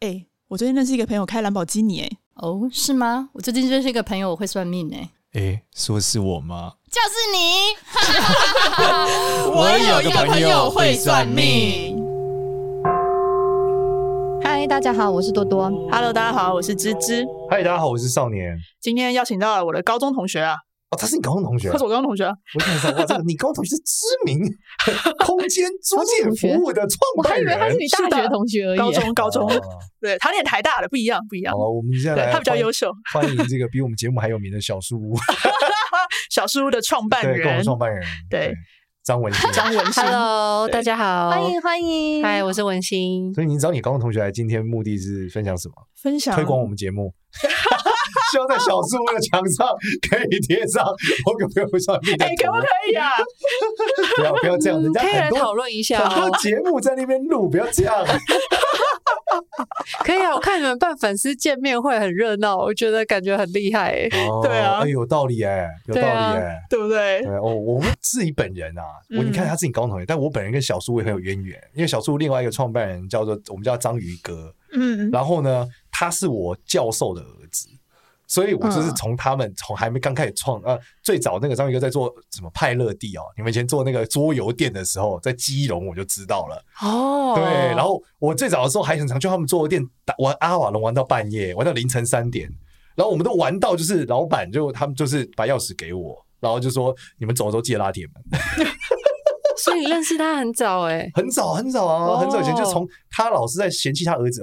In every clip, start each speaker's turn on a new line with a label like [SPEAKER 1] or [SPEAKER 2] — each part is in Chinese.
[SPEAKER 1] 哎、我最近认识一个朋友开兰博基尼、哎，
[SPEAKER 2] 哦，是吗？我最近认识一个朋友，我会算命哎、
[SPEAKER 3] 诶，说是我吗？
[SPEAKER 2] 就是你。
[SPEAKER 3] 我有一个朋友会算命。
[SPEAKER 4] 嗨，大家好，我是多多。
[SPEAKER 1] Hello，大家好，我是芝芝。
[SPEAKER 3] 嗨，大家好，我是少年。
[SPEAKER 1] 今天邀请到了我的高中同学啊，
[SPEAKER 3] 哦，他是你高中同学
[SPEAKER 1] 他是我高中同学啊，
[SPEAKER 3] 我想 说，哇，这个你高中同学是知名空间租
[SPEAKER 4] 高中同
[SPEAKER 3] 借
[SPEAKER 4] 学
[SPEAKER 3] 服务的
[SPEAKER 4] 我还
[SPEAKER 3] 创办
[SPEAKER 4] 以为
[SPEAKER 3] 人。
[SPEAKER 4] 他是你大学同学而已。
[SPEAKER 1] 高中高中，
[SPEAKER 3] 哦
[SPEAKER 1] 对他念台大的，不一样不一样
[SPEAKER 3] 好，了，我们接下
[SPEAKER 1] 对
[SPEAKER 3] 来
[SPEAKER 1] 他比较
[SPEAKER 3] 欢
[SPEAKER 1] 优秀，
[SPEAKER 3] 欢迎这个比我们节目还有名的小树 屋，
[SPEAKER 1] 小树屋的创办
[SPEAKER 3] 对，共
[SPEAKER 1] 人
[SPEAKER 3] 同创办人，
[SPEAKER 1] 对，
[SPEAKER 3] 张文新。
[SPEAKER 1] 张文新。
[SPEAKER 5] Hello，
[SPEAKER 1] 对
[SPEAKER 5] 大家好，
[SPEAKER 4] 欢迎欢迎，
[SPEAKER 5] 嗨，我是文心。
[SPEAKER 3] 所以你找你高中同学来，今天目的是分 享什么？
[SPEAKER 1] 分享
[SPEAKER 3] 推广我们节目。 希望在小树屋的墙上可以贴上我有朋友会算命 的
[SPEAKER 1] 哎、可
[SPEAKER 3] 图
[SPEAKER 1] 不可以啊？
[SPEAKER 3] 不要不要这样，人家
[SPEAKER 5] 嗯 可以
[SPEAKER 3] 很
[SPEAKER 5] 来
[SPEAKER 3] 多
[SPEAKER 5] 讨论一下
[SPEAKER 3] 很
[SPEAKER 5] 哦
[SPEAKER 3] 多，节目在那边录，不要 这样。
[SPEAKER 5] 可以啊，我看你们办粉丝见面会很热闹，我觉得感觉很厉害欸诶。
[SPEAKER 3] 哦
[SPEAKER 1] 对啊
[SPEAKER 3] 哎有道理哎、有道
[SPEAKER 5] 对啊
[SPEAKER 3] 理哎、
[SPEAKER 1] 对不对？
[SPEAKER 3] 对，我我们自己本人啊，我你看
[SPEAKER 1] 嗯
[SPEAKER 3] 他自己高中同学，但我本人跟小苏也很有渊源，因为小苏另外一个创办人叫做我们叫章鱼哥，
[SPEAKER 1] 嗯，
[SPEAKER 3] 然后呢，他是我教授的儿子，所以我
[SPEAKER 1] 嗯
[SPEAKER 3] 就是从他们从还没刚开始创呃最早那个章鱼哥在做什么派乐蒂哦，你们以前做那个桌游店的时候，在基隆我就知道了，
[SPEAKER 5] 哦，
[SPEAKER 3] 对，然后我最早的时候还很常去他们桌游店打玩阿瓦隆，玩到半夜，玩到凌晨三点，然后我们都玩到就是老板就他们就是把钥匙给我，然后就说你们走的时候记得拉铁门。
[SPEAKER 5] 所以你认识他很早欸诶。
[SPEAKER 3] 很早很早啊，
[SPEAKER 5] 哦
[SPEAKER 3] 很早以前就从他老师在嫌弃他儿子，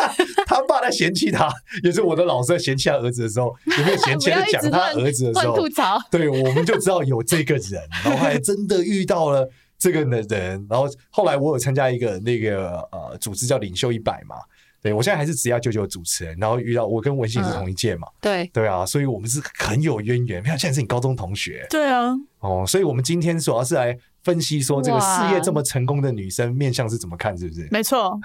[SPEAKER 3] 他爸在嫌弃他，也是我的老师在嫌弃他儿子的时候，有没有嫌弃
[SPEAKER 4] 不
[SPEAKER 3] 在
[SPEAKER 4] 要一直
[SPEAKER 3] 讲他
[SPEAKER 4] 乱
[SPEAKER 3] 儿子的时
[SPEAKER 4] 乱
[SPEAKER 3] 候
[SPEAKER 4] 吐，槽。
[SPEAKER 3] 对，我们就知道有这个人，然后还真的遇到了这个人，然后后来我有参加一个那个呃组织叫领袖一百嘛。对，我现在还是职涯九九主持人，然后遇到我跟文信是同一届嘛，
[SPEAKER 5] 对，
[SPEAKER 3] 对啊，所以我们是很有渊源。没想到现在是你高中同学，
[SPEAKER 1] 对啊，
[SPEAKER 3] 哦，所以我们今天主要是来分析说这个事业这么成功的女生面相是怎么看，是不是？
[SPEAKER 1] 没 错，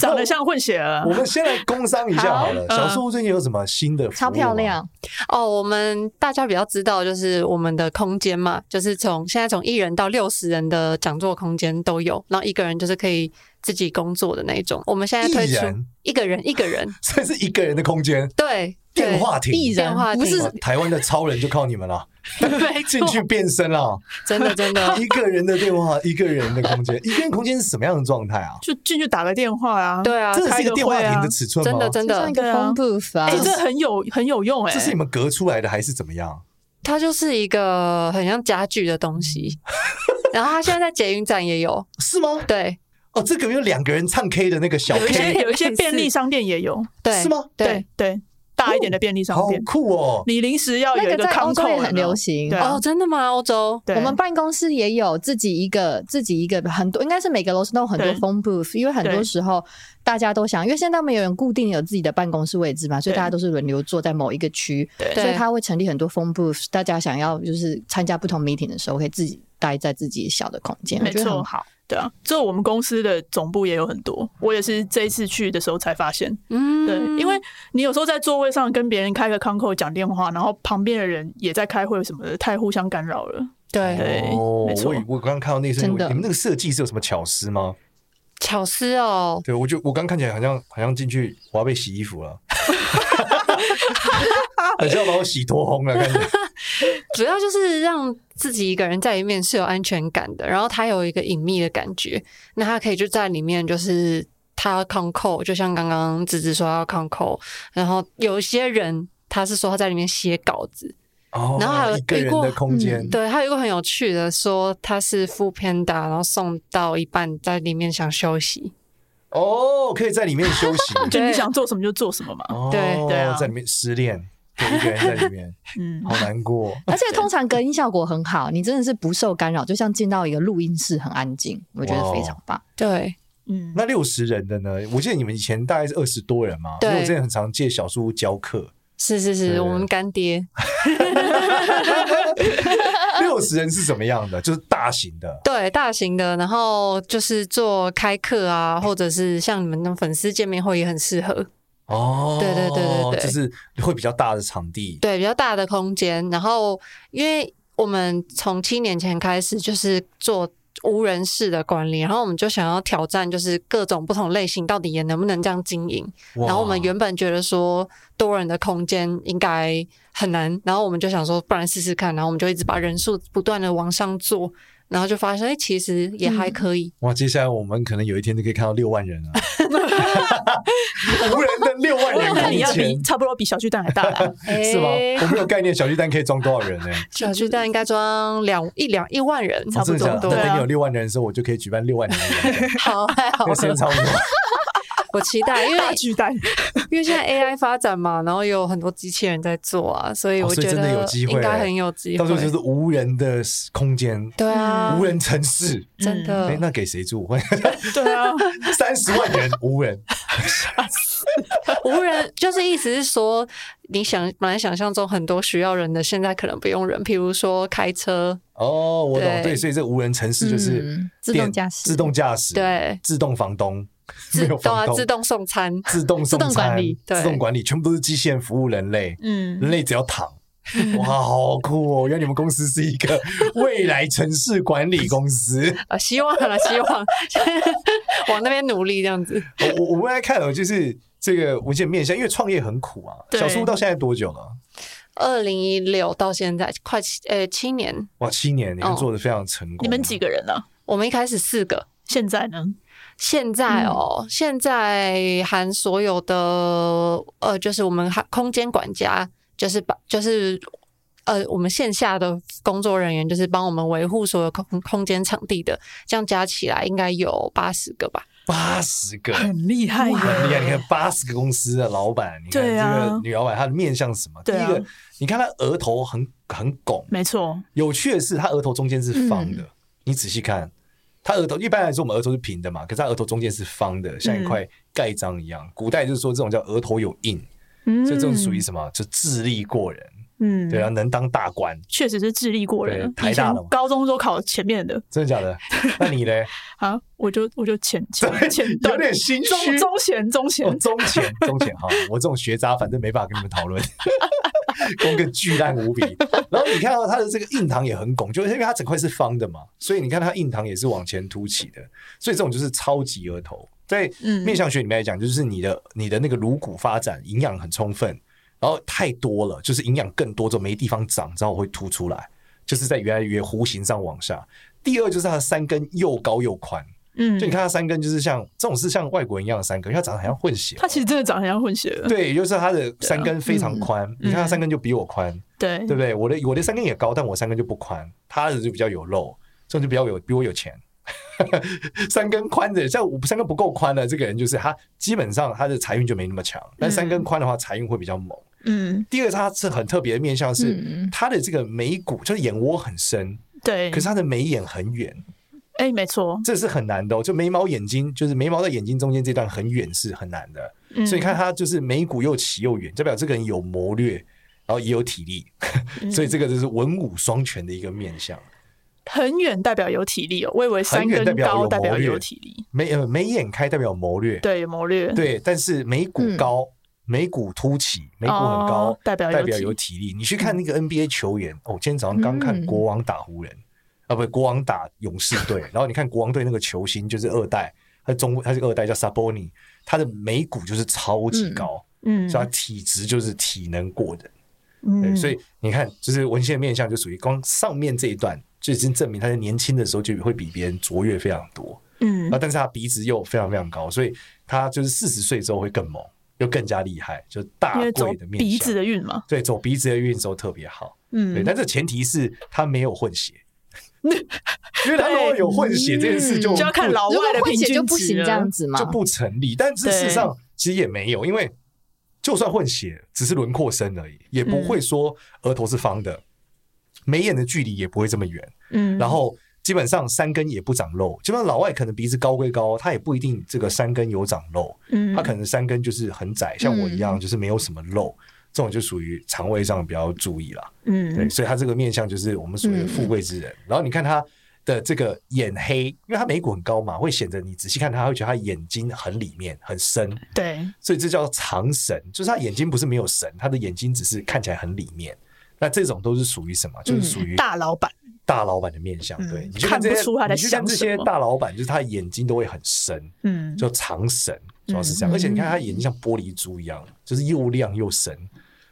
[SPEAKER 1] 长得像混血儿啊
[SPEAKER 3] 我，们先来工商一下好了。
[SPEAKER 1] 好
[SPEAKER 3] 小树屋最近有什么新的？
[SPEAKER 4] 超漂！亮，
[SPEAKER 5] 哦，我们大家比较知道就是我们的空间嘛，就是从现在从一人到六十人的讲座空间都有，然后一个人就是可以自己工作的那一种。我们现在推
[SPEAKER 3] 一
[SPEAKER 5] 出
[SPEAKER 3] 人，
[SPEAKER 5] 一个人一个人，
[SPEAKER 3] 所以是一个人的空间，
[SPEAKER 5] 对，对
[SPEAKER 3] 电话
[SPEAKER 4] 艺人
[SPEAKER 3] 亭。
[SPEAKER 5] 电话
[SPEAKER 4] 不是
[SPEAKER 3] 哇台湾的超人就靠你们了，
[SPEAKER 5] 没错
[SPEAKER 3] 进，去变身 了。
[SPEAKER 5] 真的真的，
[SPEAKER 3] 一个人的电话，一个人的空间，一个人空间是什么样的状态啊？
[SPEAKER 1] 就进去打个电话啊。
[SPEAKER 5] 对啊，
[SPEAKER 3] 这是一
[SPEAKER 1] 开个
[SPEAKER 3] 个电话
[SPEAKER 1] 会啊
[SPEAKER 3] 亭的尺寸吗？
[SPEAKER 5] 真的真
[SPEAKER 4] 就
[SPEAKER 5] 的
[SPEAKER 4] 像一，
[SPEAKER 1] 对
[SPEAKER 4] 个
[SPEAKER 1] 啊
[SPEAKER 4] phone booth 啊
[SPEAKER 1] 哎、，这很有很有用哎、
[SPEAKER 3] 这是你们隔出来的还是怎么样？
[SPEAKER 5] 它就是一个很像家具的东西。然后它现在在捷运站也有，
[SPEAKER 3] 是吗？
[SPEAKER 5] 对
[SPEAKER 3] 哦，这个有两个人唱 K 的那个小
[SPEAKER 1] 有一
[SPEAKER 3] K
[SPEAKER 1] 些有一些
[SPEAKER 5] 类似
[SPEAKER 1] 便利商店也有，
[SPEAKER 5] 对，
[SPEAKER 3] 是吗？
[SPEAKER 5] 对。
[SPEAKER 1] 对，大一点的便利商
[SPEAKER 3] 好
[SPEAKER 1] 店，
[SPEAKER 3] 酷哦！
[SPEAKER 1] 你临时要有
[SPEAKER 4] 那
[SPEAKER 1] 一
[SPEAKER 4] 个在
[SPEAKER 1] 康
[SPEAKER 4] 欧洲
[SPEAKER 1] 扣
[SPEAKER 4] 也很流，行
[SPEAKER 1] 对。啊
[SPEAKER 5] 哦，真的吗？欧洲？
[SPEAKER 1] 对
[SPEAKER 4] 我们办公室也有自己一个自己一个很多，应该是每个楼层都有很多
[SPEAKER 1] 对
[SPEAKER 4] phone booth，因为很
[SPEAKER 1] 对
[SPEAKER 4] 多时候大家都想，因为现在没有人固定有自己的办公室位置嘛，所以
[SPEAKER 1] 对
[SPEAKER 4] 大家都是轮流坐在某一个区，
[SPEAKER 1] 对
[SPEAKER 4] 所以他会成立很多 phone booth，大家想要就是参加不同 meeting 的时候，可以自己待在自己小的空间，我
[SPEAKER 1] 没
[SPEAKER 4] 觉得
[SPEAKER 1] 错
[SPEAKER 4] 很好。
[SPEAKER 1] 对啊，这我们公司的总部也有很多，我也是这一次去的时候才发现，
[SPEAKER 5] 嗯，
[SPEAKER 1] 对，因为你有时候在座位上跟别人开个康扣讲电话，然后旁边的人也在开会什么的，太互相干扰了。
[SPEAKER 5] 对
[SPEAKER 1] 对
[SPEAKER 3] 哦
[SPEAKER 1] 没，错
[SPEAKER 3] 我以我刚刚看到那是
[SPEAKER 4] 真的
[SPEAKER 3] 你们那个设计是有什么巧思吗？
[SPEAKER 5] 巧思哦，
[SPEAKER 3] 对，我就我刚看起来好像好像进去我要被洗衣服 了，很像把我洗脱烘了，感觉。
[SPEAKER 5] 主要就是让自己一个人在里面是有安全感的，然后它有一个隐秘的感觉，那他可以就在里面就是。他要抗扣，就像刚刚芝芝说要抗扣，然后有一些人他是说他在里面写稿子，
[SPEAKER 3] 哦
[SPEAKER 5] 然后还有
[SPEAKER 3] 一个人
[SPEAKER 5] 遇过
[SPEAKER 3] 的空间
[SPEAKER 4] 嗯，
[SPEAKER 5] 对，还有一个很有趣的说，他是副偏打，然后送到一半在里面想休息。
[SPEAKER 3] 哦，可以在里面休 息。
[SPEAKER 1] 就你
[SPEAKER 5] 对
[SPEAKER 1] 想做什么就做什么 嘛。
[SPEAKER 3] 哦
[SPEAKER 5] 对
[SPEAKER 1] 对啊
[SPEAKER 3] 在里面失恋，对，一个人在里 面，
[SPEAKER 1] 嗯，
[SPEAKER 3] 好难过。
[SPEAKER 4] 而且通常隔音效果很好，你真的是不受干扰，就像进到一个录音室，很安静，我觉得非常
[SPEAKER 3] 哦
[SPEAKER 4] 棒。
[SPEAKER 5] 对，
[SPEAKER 1] 嗯，
[SPEAKER 3] 那六十人的呢？我记得你们以前大概是二十多人嘛，因
[SPEAKER 5] 对
[SPEAKER 3] 为我之前很常借小书教课，
[SPEAKER 5] 是是
[SPEAKER 3] 对
[SPEAKER 5] 是，我们干爹。呃
[SPEAKER 3] 六十人是什么样的？就是大型的，
[SPEAKER 5] 对，大型的，然后就是做开课啊，或者是像你们那种粉丝见面会也很适合。
[SPEAKER 3] 哦，
[SPEAKER 5] 对对对对对
[SPEAKER 3] 就是会比较大的场地，
[SPEAKER 5] 对，比较大的空间。然后因为我们从七年前开始就是做。无人式的管理，然后我们就想要挑战，就是各种不同类型到底也能不能这样经营。
[SPEAKER 3] 哇
[SPEAKER 5] 然后我们原本觉得说多人的空间应该很难，然后我们就想说，不然试试看。然后我们就一直把人数不断的往上做，然后就发现，哎、其实也
[SPEAKER 3] 嗯
[SPEAKER 5] 还可以。
[SPEAKER 3] 哇，接下来我们可能有一天就可以看到六万人 了，无人的六万
[SPEAKER 1] 我
[SPEAKER 3] 人
[SPEAKER 1] 觉得你要
[SPEAKER 3] 空
[SPEAKER 1] 比
[SPEAKER 3] 间。
[SPEAKER 1] 差不多比小巨蛋还大 啦。
[SPEAKER 3] 是吗？
[SPEAKER 5] 诶
[SPEAKER 3] 我没有概念，小巨蛋可以装多少人呢、
[SPEAKER 5] 小巨蛋应该装两一两一万人，
[SPEAKER 1] 差不
[SPEAKER 3] 真的假的
[SPEAKER 1] 多对
[SPEAKER 3] 那
[SPEAKER 1] 啊
[SPEAKER 3] 等你有六万人的时候，我就可以举办六万人哦的演唱会，
[SPEAKER 5] 好还 好
[SPEAKER 3] 那，时间差不多。
[SPEAKER 5] 我期 待，因为
[SPEAKER 1] 大巨蛋，
[SPEAKER 5] 因为现在 AI 发展嘛，然后有很多机器人在做啊，所以
[SPEAKER 3] 哦
[SPEAKER 5] 我
[SPEAKER 3] 所以
[SPEAKER 5] 觉
[SPEAKER 3] 真的有
[SPEAKER 5] 得
[SPEAKER 3] 机会
[SPEAKER 5] 应该很有机
[SPEAKER 3] 到时候就
[SPEAKER 5] 会。
[SPEAKER 3] 是嗯无人的空间，
[SPEAKER 5] 对啊嗯
[SPEAKER 3] 无，人城市。
[SPEAKER 5] 真
[SPEAKER 3] 哎、
[SPEAKER 5] 的
[SPEAKER 3] 那给谁住？
[SPEAKER 1] 对啊，
[SPEAKER 3] 三十万人无人，
[SPEAKER 5] 无人， 就是意思是说，你想本来想象中很多需要人的，现在可能不用人，譬如说开车，
[SPEAKER 3] 哦，我懂，
[SPEAKER 5] 对
[SPEAKER 3] 对，所以这无人城市就是
[SPEAKER 4] 嗯
[SPEAKER 3] 电
[SPEAKER 4] 自动驾驶
[SPEAKER 3] 自动驾驶，，
[SPEAKER 5] 对，
[SPEAKER 3] 自动房东，没
[SPEAKER 5] 自
[SPEAKER 3] 有
[SPEAKER 5] 动
[SPEAKER 3] 房
[SPEAKER 5] 啊，
[SPEAKER 3] 东，
[SPEAKER 5] 自动送餐，
[SPEAKER 3] 自动送
[SPEAKER 4] 自动管
[SPEAKER 3] 餐
[SPEAKER 4] 理
[SPEAKER 5] 对
[SPEAKER 3] 自动管理，全部都是机器人服务人类，人
[SPEAKER 1] 嗯，
[SPEAKER 3] 类只要躺。哇，好酷哦！原来你们公司是一个未来城市管理公司。
[SPEAKER 5] 啊，希望啊，希望 往那边努力这样子。
[SPEAKER 3] 我我我们来 看哦，就是这个文献面向，因为创业很苦啊。
[SPEAKER 1] 对
[SPEAKER 3] 小苏到现在多久了？
[SPEAKER 5] 二零一六到现在快七呃七年，
[SPEAKER 3] 哇，七年，你们
[SPEAKER 5] 哦
[SPEAKER 3] 做的非常成功。
[SPEAKER 1] 你们几个人啊？
[SPEAKER 5] 我们一开始四个，
[SPEAKER 1] 现在呢？
[SPEAKER 5] 现在哦，现在含所有的呃，就是我们含空间管家，就是把就是呃，我们线下的工作人员，就是帮我们维护所有空空间场地的，这样加起来应该有八十个吧。
[SPEAKER 3] 八十个，很
[SPEAKER 1] 很厉害耶，
[SPEAKER 3] 厉害！你看八十个公司的老板，你看这
[SPEAKER 1] 对啊
[SPEAKER 3] 个女老板她的面向是什么？第
[SPEAKER 1] 对
[SPEAKER 3] 一
[SPEAKER 1] 啊嗯
[SPEAKER 3] 个，你看她额头很很拱，
[SPEAKER 1] 没错，
[SPEAKER 3] 有趣的是她额头中间是方
[SPEAKER 1] 嗯
[SPEAKER 3] 的，你仔细看。她额头一般来说我们额头是平的嘛，可是她额头中间是方的，像一块盖章一样。古代就是说这种叫额头有印，
[SPEAKER 1] 嗯，
[SPEAKER 3] 所以这种属于什么？就智力过人，
[SPEAKER 1] 嗯，
[SPEAKER 3] 对啊，，能当大官，
[SPEAKER 1] 确实是智力过人啊
[SPEAKER 3] 对，台
[SPEAKER 1] 以
[SPEAKER 3] 大
[SPEAKER 1] 前
[SPEAKER 3] 的嘛
[SPEAKER 1] 高中都考前面的
[SPEAKER 3] 真的假 的？那你嘞？
[SPEAKER 1] 啊，我就我就前前前
[SPEAKER 3] 有
[SPEAKER 1] 段
[SPEAKER 3] 点心
[SPEAKER 1] 中
[SPEAKER 3] 虚。
[SPEAKER 1] 中前中
[SPEAKER 3] 哦，
[SPEAKER 1] 前，
[SPEAKER 3] 中 前中前哈，我这种学渣反正没办法跟你们讨论，功个巨烂无比。然后你看到它的这个印堂也很拱，就是因为它整块是方的嘛，所以你看它印堂也是往前凸起的，所以这种就是超级额头。在
[SPEAKER 1] 嗯
[SPEAKER 3] 面相学里面来讲，就是你的你的那个颅骨发展营养很充分，然后太多了，就是营养更多之后没地方长，然后会凸出来，就是在原来圆弧形上往下。第二就是它的三根又高又宽，
[SPEAKER 1] 嗯
[SPEAKER 3] 就你，看它三根就是像这种是像外国人一样的三根，因为它长得很像混血嘛。
[SPEAKER 1] 他其实真的长得很像混血的，
[SPEAKER 3] 对，也就是它的三根非常
[SPEAKER 1] 嗯
[SPEAKER 3] 宽，你看它三根就比我宽，
[SPEAKER 1] 对
[SPEAKER 3] 对不对？我的我的三根也高，但我三根就不宽，它的就比较有肉，这种就比较有比我有钱。 三根宽的，像我三根不够宽的，这个人就是他基本上他的财运就没那么强，但三根宽的话财运会比较猛。
[SPEAKER 1] 嗯，
[SPEAKER 3] 第二，它是很特别的面相是
[SPEAKER 4] 嗯
[SPEAKER 3] 它的这个眉骨就是眼窝很深，
[SPEAKER 1] 对，
[SPEAKER 3] 可是它的眉眼很远，
[SPEAKER 1] 哎，没错，
[SPEAKER 3] 这是很难的、哦。就眉毛眼睛，就是眉毛在眼睛中间这段很远是很难的。
[SPEAKER 1] 嗯
[SPEAKER 3] 所以你看他就是眉骨又齐又远，代表这个人有谋略，然后也有体力，
[SPEAKER 1] 嗯
[SPEAKER 3] 所以这个就是文武双全的一个面相。
[SPEAKER 1] 很远代表有体力哦，我以为三
[SPEAKER 3] 很远
[SPEAKER 1] 根
[SPEAKER 3] 代表有
[SPEAKER 1] 高代
[SPEAKER 3] 谋
[SPEAKER 1] 表
[SPEAKER 3] 略
[SPEAKER 1] 有体力，
[SPEAKER 3] 眉呃眉眼开代表谋略，
[SPEAKER 1] 对，有谋略，
[SPEAKER 3] 对但是眉骨高，眉骨凸起，眉骨很高，
[SPEAKER 1] 哦代表有
[SPEAKER 3] 代表
[SPEAKER 1] 体嗯
[SPEAKER 3] 有体力。你去看那个 NBA 球员，哦，今天早上刚看
[SPEAKER 4] 嗯
[SPEAKER 3] 国王打湖人，啊，不，国王打勇士队，然后你看国王队那个球星就是二代，他中他是二代叫 Saboni，他的眉骨就是超级
[SPEAKER 4] 嗯
[SPEAKER 3] 高，
[SPEAKER 1] 嗯，
[SPEAKER 3] 所以他体质就是体能过人。对，
[SPEAKER 1] 嗯，
[SPEAKER 3] 所以你看，就是文献面相就属于光上面这一段就已经证明他在年轻的时候就会比别人卓越非常多，
[SPEAKER 1] 嗯
[SPEAKER 3] 然后但是他鼻子又非常非常高，所以他就是四十岁之后会更猛，又更加厉害，就大
[SPEAKER 1] 因为走
[SPEAKER 3] 贵的面
[SPEAKER 1] 鼻
[SPEAKER 3] 相
[SPEAKER 1] 子的运嘛，
[SPEAKER 3] 对，走鼻子的运走特别好，对，
[SPEAKER 1] 嗯，
[SPEAKER 3] 但这前提是他没有 混血。因为他如果有混血这件事就，
[SPEAKER 1] 嗯就要看
[SPEAKER 3] 不
[SPEAKER 1] 老
[SPEAKER 4] 如
[SPEAKER 1] 外
[SPEAKER 4] 果
[SPEAKER 1] 的
[SPEAKER 4] 混
[SPEAKER 1] 平
[SPEAKER 4] 血
[SPEAKER 1] 均
[SPEAKER 4] 就不
[SPEAKER 1] 值啊
[SPEAKER 4] 行这
[SPEAKER 1] 了
[SPEAKER 4] 样子嘛
[SPEAKER 3] 就，不成立。但是
[SPEAKER 1] 对
[SPEAKER 3] 事实上其实也没有，因为就算混血，只是轮廓深而已，也不
[SPEAKER 1] 嗯
[SPEAKER 3] 会说额头是方的，眉眼的距离也不会这么远，
[SPEAKER 1] 嗯，
[SPEAKER 3] 然后。基本上三根也不长肉，基本上老外可能鼻子高归高，他也不一定这个三根有长肉，
[SPEAKER 1] 嗯，
[SPEAKER 3] 他可能三根就是很窄，像我一样就是没有什么肉，这种就属于肠胃上比较注意啦。对，
[SPEAKER 1] 嗯，
[SPEAKER 3] 所以他这个面相就是我们所谓的富贵之人。然后你看他的这个眼黑，因为他眉骨很高嘛，会显得你仔细看他，会觉得他眼睛很里面很深，
[SPEAKER 1] 对，
[SPEAKER 3] 所以这叫藏神，就是他眼睛不是没有神，他的眼睛只是看起来很里面。那这种都是属于什么？就是属于
[SPEAKER 1] 嗯大老板，
[SPEAKER 3] 大老板的面相。
[SPEAKER 1] 嗯
[SPEAKER 3] 对，你就
[SPEAKER 1] 看
[SPEAKER 3] 看这
[SPEAKER 1] 不
[SPEAKER 3] 些
[SPEAKER 1] 出他在
[SPEAKER 3] 你去看
[SPEAKER 1] 想
[SPEAKER 3] 这
[SPEAKER 1] 什
[SPEAKER 3] 些
[SPEAKER 1] 么
[SPEAKER 3] 大老板，就是他的眼睛都会很深，
[SPEAKER 1] 嗯，
[SPEAKER 3] 就长神，主要是这样。
[SPEAKER 4] 嗯
[SPEAKER 3] 而且你看他眼睛像玻璃珠一样，就是又亮又深，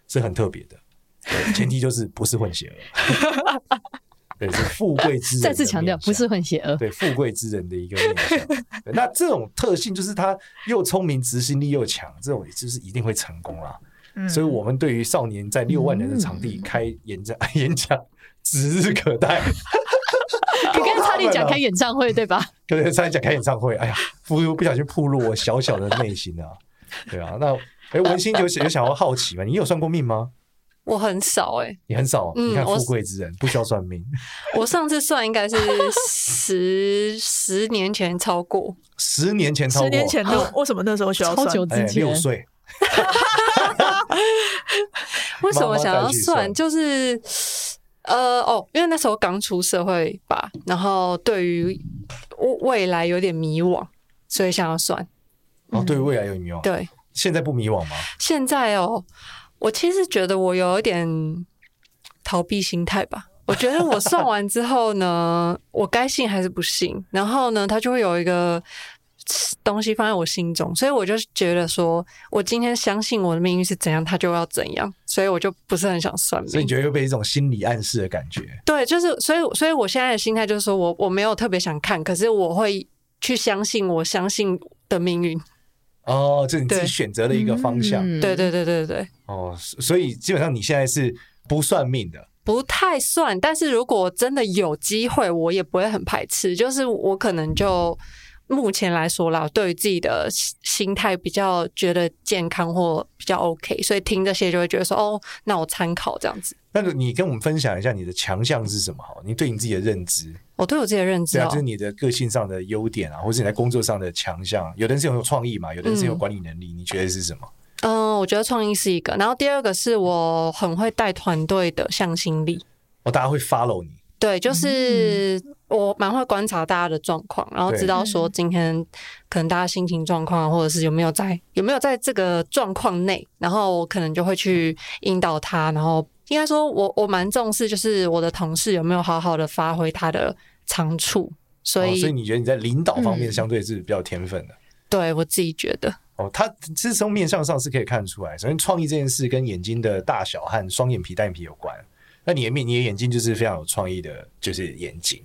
[SPEAKER 3] 是很特别 的。对，前提就是不是混血儿。 对，是富贵之人。
[SPEAKER 4] 再次强调，不是。混血儿。
[SPEAKER 3] 对富贵之人的一个面相。对那这种特性就是他又聪明，执行力又强，这种就是一定会成功啦。
[SPEAKER 1] 嗯
[SPEAKER 3] 所以，我们对于少年在六万人的场
[SPEAKER 4] 嗯
[SPEAKER 3] 地开演讲、演讲 指日可 待。
[SPEAKER 4] 你刚才差点讲开演唱会对吧？
[SPEAKER 3] 对对，上一讲开演唱会，哎呀，不不小心暴露我小小的内心啊。 对啊，那哎，文心有有想要好奇吗？你有算过命吗？
[SPEAKER 5] 我很少哎、
[SPEAKER 3] 你很少，啊
[SPEAKER 5] 嗯
[SPEAKER 3] 你看
[SPEAKER 5] 我
[SPEAKER 3] 富贵之人不需要算命，
[SPEAKER 5] 我上次算应该是十十年前超过，
[SPEAKER 3] 十年前超过，
[SPEAKER 1] 十年前都为什么那时候需要
[SPEAKER 4] 超
[SPEAKER 1] 算？
[SPEAKER 4] 久
[SPEAKER 3] 哎
[SPEAKER 4] 之前
[SPEAKER 3] 六，岁，
[SPEAKER 5] 为什么
[SPEAKER 3] 妈
[SPEAKER 5] 想
[SPEAKER 3] 妈带
[SPEAKER 5] 要
[SPEAKER 3] 去
[SPEAKER 5] 算？
[SPEAKER 3] 算
[SPEAKER 5] 就是呃哦，因为那时候刚出社会吧，然后对于未未来有点迷惘，所以想要算。
[SPEAKER 3] 然哦后对未来有迷惘。
[SPEAKER 5] 对，
[SPEAKER 3] 现在不迷惘吗？
[SPEAKER 5] 现在哦，我其实觉得我有一点逃避心态吧。我觉得我算完之后呢，我该信还是不信，然后呢，它就会有一个东西放在我心中，所以我就觉得说，我今天相信我的命运是怎样，它就要怎样，所以我就不是很想算
[SPEAKER 3] 所以
[SPEAKER 5] 命
[SPEAKER 3] 你。觉得会被一种心理暗示的感觉？
[SPEAKER 5] 对，就是所以，所以我现在的心态就是说我我没有特别想看，可是我会去相信我相信的命运。
[SPEAKER 3] 哦，这是你自己
[SPEAKER 5] 对
[SPEAKER 3] 选择的一个方向、
[SPEAKER 4] 嗯
[SPEAKER 5] 对对对对对。
[SPEAKER 3] 哦，所所以基本上你现在是不算命的，
[SPEAKER 5] 不太算，但是如果真的有机会，我也不会很排斥。就是我可能就目前来说啦，对于自己的心心态比较觉得健康或比较 OK，所以听这些就会觉得说，哦，那我参考这样子。
[SPEAKER 3] 那你跟我们分享一下你的强项是什么？好，你对你自己的认知，
[SPEAKER 5] 我对我自己的认知
[SPEAKER 3] 对啊，
[SPEAKER 5] 哦
[SPEAKER 3] 就是，你的个性上的优点啊，或者你在工作上的强项。啊有的人是很有创意嘛，有的人是
[SPEAKER 1] 嗯
[SPEAKER 3] 很有管理能力，你觉得是什么？
[SPEAKER 5] 嗯，我觉得创意是一个，然后第二个是我很会带团队的向心力。
[SPEAKER 3] 哦，大家会 follow 你，哦
[SPEAKER 5] 对，
[SPEAKER 3] 嗯
[SPEAKER 5] 就是我蛮会观察大家的状况，然后
[SPEAKER 3] 对
[SPEAKER 5] 知道说今天可能大家心情状况，或者是有没有在有没有在这个状况内，然后我可能就会去引导他，然后应该说我我蛮重视，就是我的同事有没有好好的发挥他的长处，所
[SPEAKER 3] 哦、
[SPEAKER 5] 以、
[SPEAKER 3] 所以你觉得你在领导方面
[SPEAKER 1] 嗯
[SPEAKER 3] 相对是比较有天分的。
[SPEAKER 5] 对我自己觉得，
[SPEAKER 3] 哦，他其实从面相上是可以看出来，首先创意这件事跟眼睛的大小和双眼皮单眼皮有关。那你的面，你的眼睛就是非常有创意的，就是眼睛，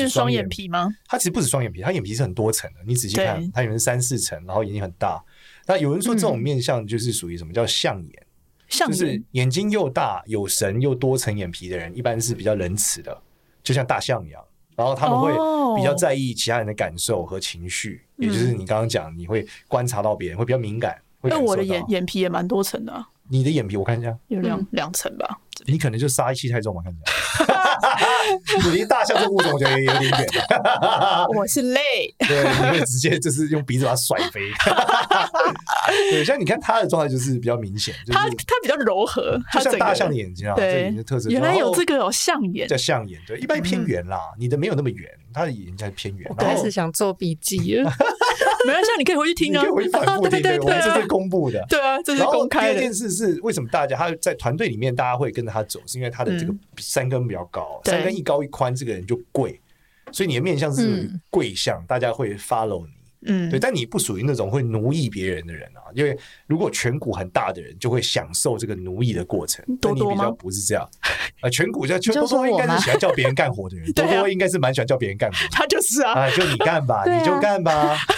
[SPEAKER 1] 就是是双
[SPEAKER 3] 眼
[SPEAKER 1] 眼。皮吗？
[SPEAKER 3] 它其实不止双眼皮，它眼皮是很多层的。你仔细看
[SPEAKER 1] 对，嗯
[SPEAKER 3] 它有人三四层，然后眼睛很大。那有人说这种面相就是属于什么叫相眼，
[SPEAKER 1] 像
[SPEAKER 3] 就是眼睛又大、有神又多层眼皮的人，一般是比较仁慈的，就像大象一样。然后他们会
[SPEAKER 1] 哦嗯
[SPEAKER 3] 比较在意其他人的感受和情绪，也就是你刚刚讲，你会观察到别人，会比较敏感。会
[SPEAKER 1] 那
[SPEAKER 3] 感受
[SPEAKER 1] 我的
[SPEAKER 3] 到
[SPEAKER 1] 眼眼皮也蛮多层的啊，
[SPEAKER 3] 你的眼皮，我看一下，
[SPEAKER 1] 有两
[SPEAKER 5] 嗯
[SPEAKER 1] 两层吧。
[SPEAKER 3] 你可能就杀气太重吧，看起 来。你离大象这个物种，我觉得也有点远。啊
[SPEAKER 1] 我是累，
[SPEAKER 3] 对，你会直接就是用鼻子把它甩 飞。对，像你看他的状态就是比较明显，就
[SPEAKER 1] 它
[SPEAKER 3] 是
[SPEAKER 1] 它比较柔和，它
[SPEAKER 3] 就
[SPEAKER 1] 整
[SPEAKER 3] 像
[SPEAKER 1] 个
[SPEAKER 3] 大象的眼睛啊，这眼睛
[SPEAKER 1] 对
[SPEAKER 3] 的特色。
[SPEAKER 1] 原来
[SPEAKER 3] 然
[SPEAKER 1] 有
[SPEAKER 3] 后
[SPEAKER 1] 这个有象眼
[SPEAKER 3] 叫，象眼，对，一
[SPEAKER 1] 嗯
[SPEAKER 3] 般偏圆啦，你的没有那么圆，他的眼睛还偏圆。
[SPEAKER 5] 我
[SPEAKER 3] 然后
[SPEAKER 5] 开始想做笔记了。
[SPEAKER 1] 没关系，你可以回去
[SPEAKER 3] 你
[SPEAKER 1] 听啊
[SPEAKER 3] 可以。回去反复听，
[SPEAKER 1] 对对对
[SPEAKER 3] 我们
[SPEAKER 1] 对啊
[SPEAKER 3] 这是公布 的。
[SPEAKER 1] 对啊，这是
[SPEAKER 3] 然后
[SPEAKER 1] 公
[SPEAKER 3] 第
[SPEAKER 1] 开
[SPEAKER 3] 二
[SPEAKER 1] 的
[SPEAKER 3] 件，事是，为什么大家他在团队里面大家会跟着他走，是因为他的这个
[SPEAKER 1] 嗯
[SPEAKER 3] 三根比较高，
[SPEAKER 1] 对
[SPEAKER 3] 三根一高一宽，这个人就贵，所以你的面相是
[SPEAKER 4] 嗯
[SPEAKER 3] 贵相，大家会 follow 你。
[SPEAKER 1] 嗯
[SPEAKER 3] 对，，但你不属于那种会奴役别人的人啊，因为如果颧骨很大的人就会享受这个奴役的过程，
[SPEAKER 1] 多
[SPEAKER 3] 但你
[SPEAKER 1] 多
[SPEAKER 3] 比
[SPEAKER 1] 吗
[SPEAKER 3] 较不是这样，啊，颧骨叫
[SPEAKER 4] 就
[SPEAKER 3] 多
[SPEAKER 4] 说
[SPEAKER 3] 多应该
[SPEAKER 4] 我吗
[SPEAKER 3] 是喜欢叫别人干活的人，多
[SPEAKER 1] 对啊
[SPEAKER 3] 多应该是蛮喜欢叫别人干活的
[SPEAKER 1] 它就是啊，
[SPEAKER 3] 啊，就你干吧，
[SPEAKER 2] 对啊
[SPEAKER 3] 你就干吧，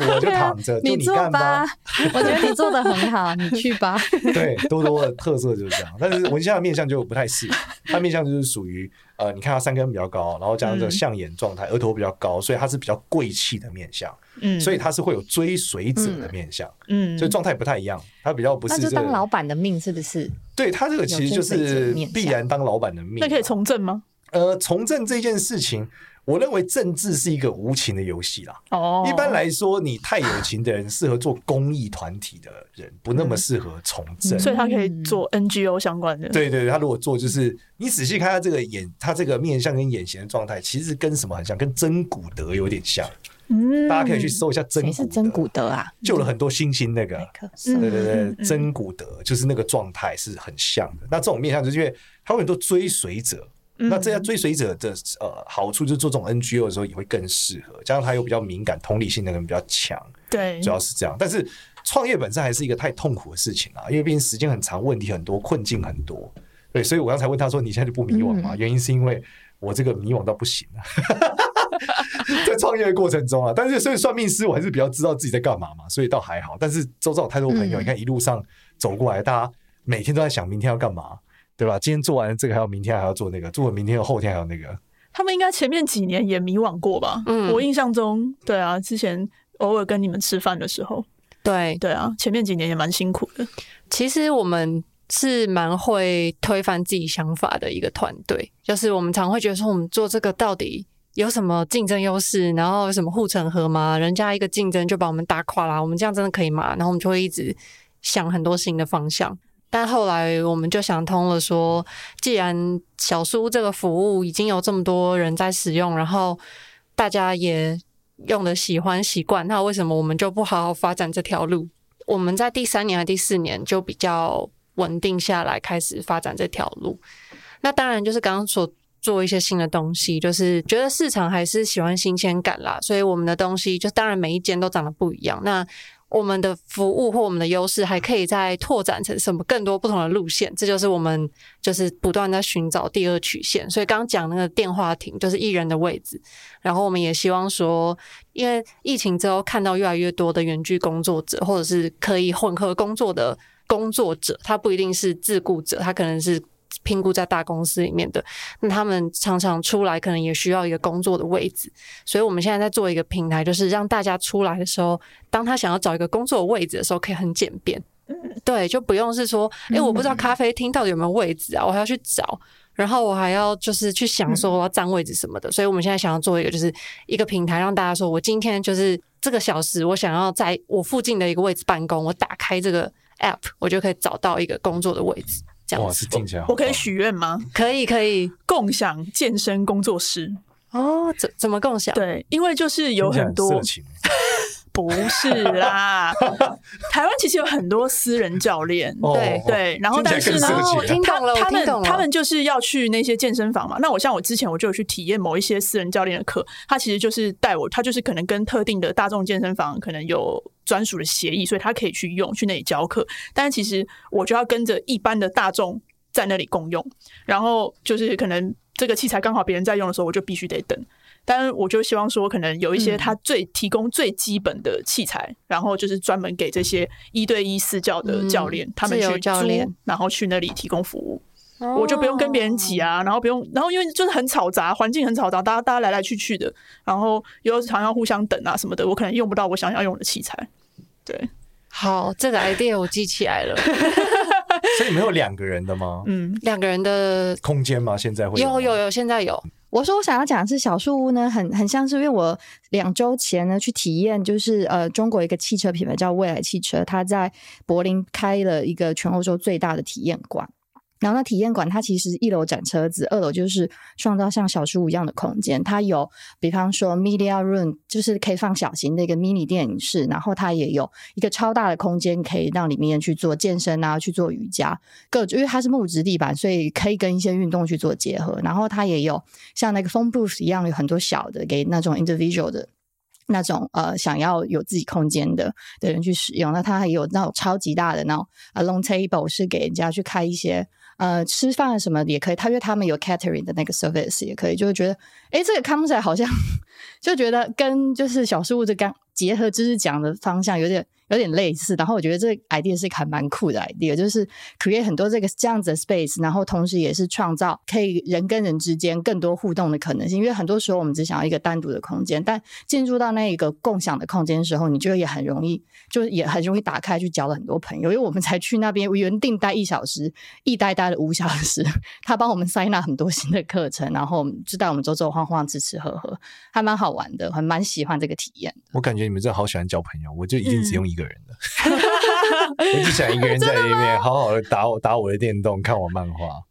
[SPEAKER 3] 我就躺着，呃就
[SPEAKER 2] 你做
[SPEAKER 3] 干吧
[SPEAKER 2] 吧。
[SPEAKER 4] 我觉得你做的很好，你去吧。
[SPEAKER 3] 对，多多的特色就是这样，但是文夏的面相就不太是，他面相就是属于呃，你看他三根比较高，然后加上这个
[SPEAKER 1] 嗯
[SPEAKER 3] 象眼状态，额头比较高，所以他是比较贵气的面相，
[SPEAKER 1] 嗯，
[SPEAKER 3] 所以他是会有追随者的面相。
[SPEAKER 1] 嗯，
[SPEAKER 3] 所以状态不太一样，他比较不
[SPEAKER 4] 那
[SPEAKER 3] 是
[SPEAKER 4] 就
[SPEAKER 3] 这
[SPEAKER 4] 当老
[SPEAKER 3] 个，
[SPEAKER 4] 板的命是不是？
[SPEAKER 3] 对他这个其实就
[SPEAKER 4] 有追随
[SPEAKER 3] 是
[SPEAKER 4] 者面相
[SPEAKER 3] 必然当老板的命。啊
[SPEAKER 1] 那可以从政吗？
[SPEAKER 3] 呃从政这件事情，我认为政治是一个无情的游戏啦。
[SPEAKER 1] 哦，
[SPEAKER 3] 一般来说，你太有情的人适合做公益团体的人，不那么适合从
[SPEAKER 4] 嗯
[SPEAKER 3] 政。
[SPEAKER 1] 所以他可以做 NGO 相关的，，
[SPEAKER 3] 对对对，他如果做就是，你仔细看他这个眼，他这个面相跟眼型的状态，其实跟什么很像，跟真古德有点像。
[SPEAKER 1] 嗯
[SPEAKER 3] 大家可以去搜一下真
[SPEAKER 4] 谁
[SPEAKER 3] 古
[SPEAKER 4] 是
[SPEAKER 3] 德，
[SPEAKER 4] 真古德啊？
[SPEAKER 3] 救了很多星星那个。
[SPEAKER 4] 可
[SPEAKER 1] 嗯
[SPEAKER 3] 对对啊对，
[SPEAKER 1] 嗯
[SPEAKER 3] 真古德就是那个状态是很像的。那这种面向就是因为它会有很多追随者，
[SPEAKER 1] 嗯
[SPEAKER 3] 那这些追随者的呃好处就是做这种 NGO 的时候也会更适合，加上他又比较敏感，同理心的人比较强，
[SPEAKER 1] 对
[SPEAKER 3] 主要是这样。但是创业本身还是一个太痛苦的事情啊，因为毕竟时间很长，问题很多，困境很多。对，所以我刚才问他说：“你现在就不迷惘
[SPEAKER 1] 嗯
[SPEAKER 3] 吗？”原因是因为我这个迷惘到不行了、 在创业的过程中啊，但是所以算命师我还是比较知道自己在干嘛嘛，所以倒还好。但是周遭有太多朋友，
[SPEAKER 4] 嗯
[SPEAKER 3] 你看一路上走过来，大家每天都在想明天要干嘛，对吧？今天做完这个，还有明天还要做那个，做完明天后天还有那个。
[SPEAKER 1] 他们应该前面几年也迷惘过吧？
[SPEAKER 5] 嗯
[SPEAKER 1] 我印象中，对啊，之前偶尔跟你们吃饭的时候，
[SPEAKER 5] 对，
[SPEAKER 1] 对啊，前面几年也蛮辛苦的。
[SPEAKER 5] 其实我们是蛮会推翻自己想法的一个团队，就是我们常会觉得说，我们做这个到底有什么竞争优势，然后有什么护城河吗？人家一个竞争就把我们打垮啦，我们这样真的可以吗？然后我们就会一直想很多新的方向。但后来我们就想通了说既然小书这个服务已经有这么多人在使用，然后大家也用的喜欢习惯，那为什么我们就不好好发展这条路？我们在第三年还第四年就比较稳定下来，开始发展这条路。那当然就是刚刚所做一些新的东西，就是觉得市场还是喜欢新鲜感啦，所以我们的东西就当然每一间都长得不一样。那我们的服务或我们的优势还可以再拓展成什么更多不同的路线，这就是我们就是不断在寻找第二曲线。所以刚刚讲那个电话亭就是艺人的位置，然后我们也希望说，因为疫情之后看到越来越多的远距工作者，或者是可以混合工作的工作者，他不一定是自雇者，他可能是评估在大公司里面的，那他们常常出来可能也需要一个工作的位置，所以我们现在在做一个平台，就是让大家出来的时候，当他想要找一个工作的位置的时候，可以很简便。对，就不用是说，诶，我不知道咖啡厅到底有没有位置啊，我还要去找，然后我还要就是去想说我要占位置什么的。所以我们现在想要做一个，就是一个平台，让大家说我今天就是这个小时，我想要在我附近的一个位置办公，我打开这个 app，我就可以找到一个工作的位置。这样
[SPEAKER 3] 哇，
[SPEAKER 5] 子
[SPEAKER 3] 是，听起来好
[SPEAKER 1] 我可以
[SPEAKER 3] 棒
[SPEAKER 1] 许愿吗？
[SPEAKER 5] 可以可以
[SPEAKER 1] 共享健身工作室，
[SPEAKER 5] 哦，怎怎么共享？
[SPEAKER 1] 对，因为就是有
[SPEAKER 3] 听起来
[SPEAKER 1] 很多
[SPEAKER 3] 色情
[SPEAKER 1] 不是 啦，台湾其实有很多私人教练，
[SPEAKER 3] 哦
[SPEAKER 5] 对
[SPEAKER 1] 对，然后但是
[SPEAKER 3] 听起
[SPEAKER 1] 呢
[SPEAKER 3] 来更色
[SPEAKER 5] 哦，
[SPEAKER 3] 情
[SPEAKER 5] 我听懂了，我
[SPEAKER 1] 他
[SPEAKER 5] 听
[SPEAKER 1] 们
[SPEAKER 5] 懂了。
[SPEAKER 1] 他们就是要去那些健身房嘛。那我像我之前我就有去体验某一些私人教练的课，他其实就是带我，他就是可能跟特定的大众健身房可能有专属的协议，所以他可以去用去那里教课。但是其实我就要跟着一般的大众在那里共用，然后就是可能这个器材刚好别人在用的时候，我就必须得等。但是我就希望说，可能有一
[SPEAKER 5] 嗯
[SPEAKER 1] 些他最提供最基本的器材，然后就是专门给这些一对一私教的教练，
[SPEAKER 5] 嗯
[SPEAKER 1] 他们
[SPEAKER 5] 自由
[SPEAKER 1] 去
[SPEAKER 5] 教
[SPEAKER 1] 租
[SPEAKER 5] 练
[SPEAKER 1] 然后去那里提供服务，
[SPEAKER 5] 哦
[SPEAKER 1] 我就不用跟别人挤啊，然后不用，然后因为就是很嘈杂，环境很嘈杂，大家大家来来去去的，然后又常要互相等啊什么的，我可能用不到我想要用的器材。对，
[SPEAKER 5] 好，这个 idea 我记起来 了。
[SPEAKER 3] 所以你们有两个人的吗？
[SPEAKER 1] 嗯，
[SPEAKER 5] 两个人的
[SPEAKER 3] 空间吗？现在会
[SPEAKER 5] 有
[SPEAKER 3] 吗
[SPEAKER 5] 有有，现在有
[SPEAKER 4] 我说我想要讲的是小树屋呢，很很像是因为我两周前呢去体验，就是呃中国一个汽车品牌叫蔚来汽车，它在柏林开了一个全欧洲最大的体验馆。然后那体验馆它其实一楼展车子，二楼就是创造像小树屋一样的空间。它有比方说 media room，就是可以放小型的一个 mini 电影室，然后它也有一个超大的空间，可以让里面去做健身啊，去做瑜伽，各因为它是木质地板，所以可以跟一些运动去做结合。然后它也有像那个 phone booth 一样，有很多小的给那种 individual 的。那种呃，想要有自己空间的的人去使用，那它还有那种超级大的那种呃 long table 是给人家去开一些呃吃饭什么的也可以，他因为他们有 catering 的那个 service 也可以，就会觉得诶，这个 concept 好像就觉得跟就是小事物这刚结合知识讲的方向有点有点类似，然后我觉得这个 idea 是一个还蛮酷的 idea，就是 create 很多这个这样子的 space，然后同时也是创造可以人跟人之间更多互动的可能性，因为很多时候我们只想要一个单独的空间，但进入到那一个共享的空间的时候，你就也很容易，就是也很容易打开去交了很多朋友，因为我们才去那边原定待一小时，一待待了五小时，他帮我们塞纳很多新的课程，然后我们就带我们走走晃晃、吃吃喝喝，还蛮好玩的，还蛮喜欢这个体验。
[SPEAKER 3] 我感觉你们真的好喜欢交朋友，我就一定
[SPEAKER 4] 嗯
[SPEAKER 3] 只用一个人的， 我只想一个人在里面好好的打我打我的电动，看我漫画。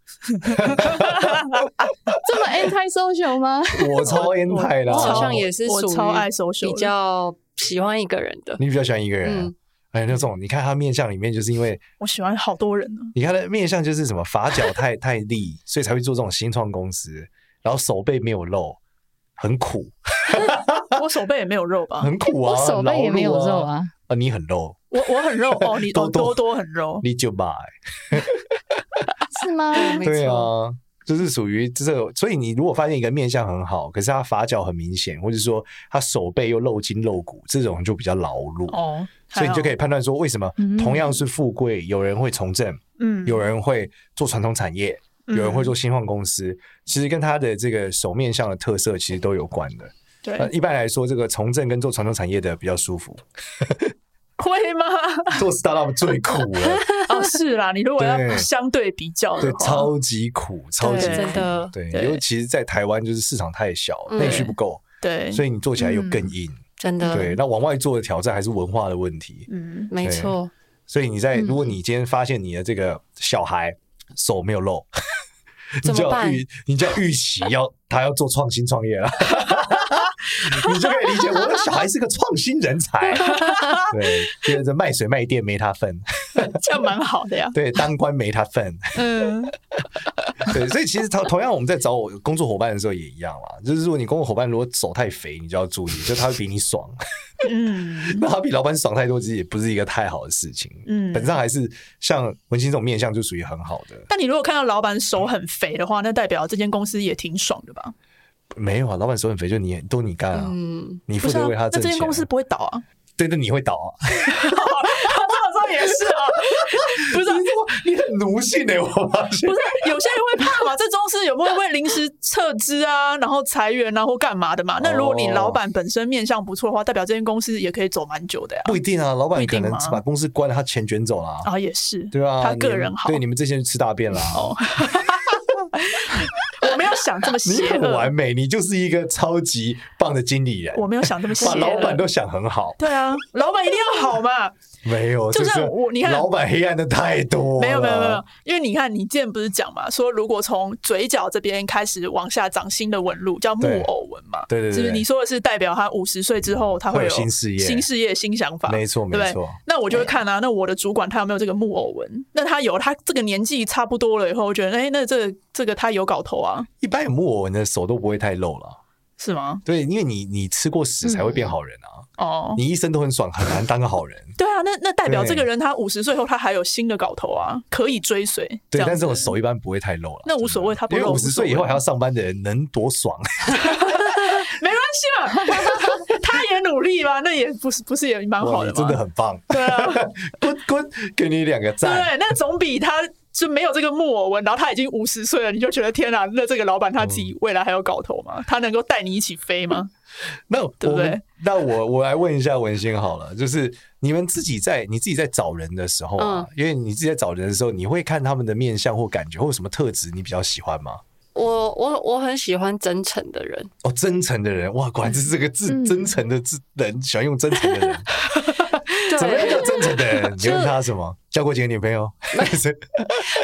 [SPEAKER 2] 这么 anti social 吗？
[SPEAKER 3] 我超 N 派的
[SPEAKER 5] 我
[SPEAKER 3] 啊，
[SPEAKER 5] 好像也是
[SPEAKER 1] 我
[SPEAKER 5] 属于
[SPEAKER 1] 超爱 social 的
[SPEAKER 5] 比较喜欢一个人的。
[SPEAKER 3] 你比较喜欢一个人啊
[SPEAKER 5] 嗯。
[SPEAKER 3] 哎，那种你看他面相里面，就是因为
[SPEAKER 1] 我喜欢好多人呢、
[SPEAKER 3] 你看他面相就是什么发脚太 太利，所以才会做这种新创公司，然后手背没有肉，很苦，
[SPEAKER 1] 啊 我手背也没有肉吧？
[SPEAKER 3] 很苦啊，
[SPEAKER 4] 我手背也没有
[SPEAKER 3] 劳
[SPEAKER 4] 肉
[SPEAKER 3] 碌
[SPEAKER 4] 啊
[SPEAKER 3] 啊，，啊，你很肉，
[SPEAKER 1] 我我很 肉哦，你
[SPEAKER 3] 多
[SPEAKER 1] 哦
[SPEAKER 3] 多
[SPEAKER 1] 多多很肉，
[SPEAKER 3] 你就买，
[SPEAKER 4] 是吗？
[SPEAKER 5] 对，没
[SPEAKER 3] 对
[SPEAKER 5] 错，
[SPEAKER 3] 啊，就是属于这个，所以你如果发现一个面相很好，可是他发脚很明显，或者说他手背又露筋露骨，这种就比较劳碌，
[SPEAKER 1] 哦，
[SPEAKER 3] 所以你就可
[SPEAKER 1] 以
[SPEAKER 3] 以判断说，为什么
[SPEAKER 4] 嗯
[SPEAKER 3] 同样是富贵，有人会从政，
[SPEAKER 1] 嗯
[SPEAKER 3] 有人会做传统产业，有人会做新创公司，其实跟他的这个手面相的特色其实都有关的。呃
[SPEAKER 1] 对
[SPEAKER 3] 那一般来说，这个从政跟做传统产业的比较舒服，
[SPEAKER 1] 会 吗？
[SPEAKER 3] 做 startup 最苦了，
[SPEAKER 1] 哦，是啦，你如果要
[SPEAKER 3] 对
[SPEAKER 1] 相对比较
[SPEAKER 3] 对
[SPEAKER 1] 的，话，
[SPEAKER 3] 超级苦，超级
[SPEAKER 5] 对真
[SPEAKER 3] 苦。
[SPEAKER 5] 的
[SPEAKER 3] 对，
[SPEAKER 1] 对
[SPEAKER 3] 尤其是在台湾，就是市场太小，
[SPEAKER 5] 嗯
[SPEAKER 3] 内需不够，
[SPEAKER 1] 对，
[SPEAKER 3] 所以你做起来又更硬。
[SPEAKER 5] 真的，
[SPEAKER 3] 对，那往外做的挑战还是文化的问题。
[SPEAKER 1] 嗯，
[SPEAKER 5] 没错，
[SPEAKER 3] 所以你在，
[SPEAKER 4] 嗯
[SPEAKER 3] 如果你今天发现你的这个小孩手没有肉，你
[SPEAKER 5] 怎么
[SPEAKER 3] 就要
[SPEAKER 5] 办
[SPEAKER 3] 预，你就要预期 要他要做创新创业了， 你就可以理解我的小孩是个创新人 才。对，接着卖水卖电没他份，。
[SPEAKER 1] 这样蛮好的呀
[SPEAKER 3] 对，当官没他份，
[SPEAKER 1] 嗯，
[SPEAKER 3] 对，所以其实同同样我们在找我工作伙伴的时候也一样啦，就是如果你工作伙伴如果手太肥，你就要注意，就他会比你爽。
[SPEAKER 1] 嗯
[SPEAKER 3] 那他比老板爽太多，其实也不是一个太好的事情。
[SPEAKER 1] 嗯
[SPEAKER 3] 本质上还是像文心这种面相就属于很好的。
[SPEAKER 1] 但你如果看到老板手很肥的话，那代表这间公司也挺爽的吧？
[SPEAKER 3] 没有啊，老板手很肥，就你都你干啊，
[SPEAKER 5] 嗯，
[SPEAKER 3] 你
[SPEAKER 1] 不
[SPEAKER 3] 负
[SPEAKER 1] 是啊
[SPEAKER 3] 责为他
[SPEAKER 1] 那
[SPEAKER 3] 挣
[SPEAKER 1] 这
[SPEAKER 3] 钱
[SPEAKER 1] 间
[SPEAKER 3] 啊。
[SPEAKER 1] 公司不会倒 啊？
[SPEAKER 3] 对对，你会倒啊，
[SPEAKER 1] 这么说也是啊，不是啊
[SPEAKER 3] 你很奴性哎，我发现
[SPEAKER 1] 不。是，啊有些人会怕嘛，这公司有没有会临时撤资啊，然后裁员啊或干嘛的嘛？那如果你老板本身面相不错的话，代表这间公司也可以走蛮久的呀。
[SPEAKER 3] 不一定啊，老
[SPEAKER 1] 不
[SPEAKER 3] 板
[SPEAKER 1] 一
[SPEAKER 3] 可
[SPEAKER 1] 定
[SPEAKER 3] 能
[SPEAKER 1] 吗
[SPEAKER 3] 把公司关了，他钱卷走了啊、
[SPEAKER 1] 啊，也是，
[SPEAKER 3] 对啊，
[SPEAKER 1] 他
[SPEAKER 3] 你
[SPEAKER 1] 个
[SPEAKER 3] 们
[SPEAKER 1] 人好，哦
[SPEAKER 3] 对你们这些人吃大便了啊、
[SPEAKER 1] 我没有想这么
[SPEAKER 3] 你
[SPEAKER 1] 邪
[SPEAKER 3] 很完
[SPEAKER 1] 恶，
[SPEAKER 3] 美，你就是一个超级棒的经理人，
[SPEAKER 1] 我没有想这么邪
[SPEAKER 3] 把
[SPEAKER 1] 恶。
[SPEAKER 3] 老板都想很好，
[SPEAKER 1] 对啊，老板一定要好嘛。
[SPEAKER 3] 没有，
[SPEAKER 1] 就
[SPEAKER 3] 这
[SPEAKER 1] 像
[SPEAKER 3] 是
[SPEAKER 1] 我你看
[SPEAKER 3] 老板黑暗的太多了，
[SPEAKER 1] 没有没有没有，因为你看，你之前不是讲嘛，说如果从嘴角这边开始往下长新的纹路，叫木偶纹嘛，
[SPEAKER 3] 对对对对
[SPEAKER 1] 是不是？你说的是代表他五十岁之后他
[SPEAKER 3] 会
[SPEAKER 1] 有
[SPEAKER 3] 有新事业
[SPEAKER 1] 新事业、新想法，
[SPEAKER 3] 没错
[SPEAKER 1] 对不对
[SPEAKER 3] 没错
[SPEAKER 1] 那我就会看啊，那我的主管他有没有这个木偶纹？那他有，他这个年纪差不多了以后，我觉得哎，那这个这个他有搞头啊，
[SPEAKER 3] 一般有木偶纹的手都不会太露了。
[SPEAKER 1] 是吗？
[SPEAKER 3] 对，因为你你吃过
[SPEAKER 1] 嗯
[SPEAKER 3] 屎才会变好人啊，
[SPEAKER 1] 哦，
[SPEAKER 3] 你一生都很爽，很难当个好人。
[SPEAKER 1] 对啊，那那代表
[SPEAKER 3] 对
[SPEAKER 1] 这个人他五十岁后他还有新的搞头啊，可以追随。
[SPEAKER 3] 对，
[SPEAKER 1] 样
[SPEAKER 3] 但这种
[SPEAKER 1] 子
[SPEAKER 3] 手一般不会太露了。嗯
[SPEAKER 1] 那无所谓他不
[SPEAKER 3] 因为
[SPEAKER 1] 露
[SPEAKER 3] 五
[SPEAKER 1] 无
[SPEAKER 3] 十
[SPEAKER 1] 所
[SPEAKER 3] 岁以后
[SPEAKER 1] 谓
[SPEAKER 3] 还要上班的人能多爽？
[SPEAKER 1] 没关系嘛， 他也努力嘛，那也不是不是也蛮好
[SPEAKER 3] 哇，
[SPEAKER 1] 的
[SPEAKER 3] 你
[SPEAKER 1] 嘛，
[SPEAKER 3] 真的很棒，
[SPEAKER 1] 对啊，
[SPEAKER 3] 滚滚，给你两个
[SPEAKER 1] 对不
[SPEAKER 3] 赞。
[SPEAKER 1] 对？那总比他就没有这个木偶纹，然后他已经五十岁了，你就觉得天哪，那这个老板他自己未来还有搞头吗？他能够带你一起飞吗？
[SPEAKER 3] 那我
[SPEAKER 1] 对不对
[SPEAKER 3] 们那我我来问一下文心好了，就是你们自己在你自己在找人的时候
[SPEAKER 1] 嗯
[SPEAKER 3] 啊，因为你自己在找人的时候，你会看他们的面相或感觉或有什么特质你比较喜欢吗？
[SPEAKER 5] 我我我很喜欢真诚 的人，
[SPEAKER 3] 哦，真诚的人，哇，果然是这个字，
[SPEAKER 4] 嗯
[SPEAKER 3] 真诚的字人喜欢用真诚的人，怎么样
[SPEAKER 5] 对，
[SPEAKER 3] 叫真诚的 人？你
[SPEAKER 5] 就
[SPEAKER 3] 问他什么？交过几个女朋友？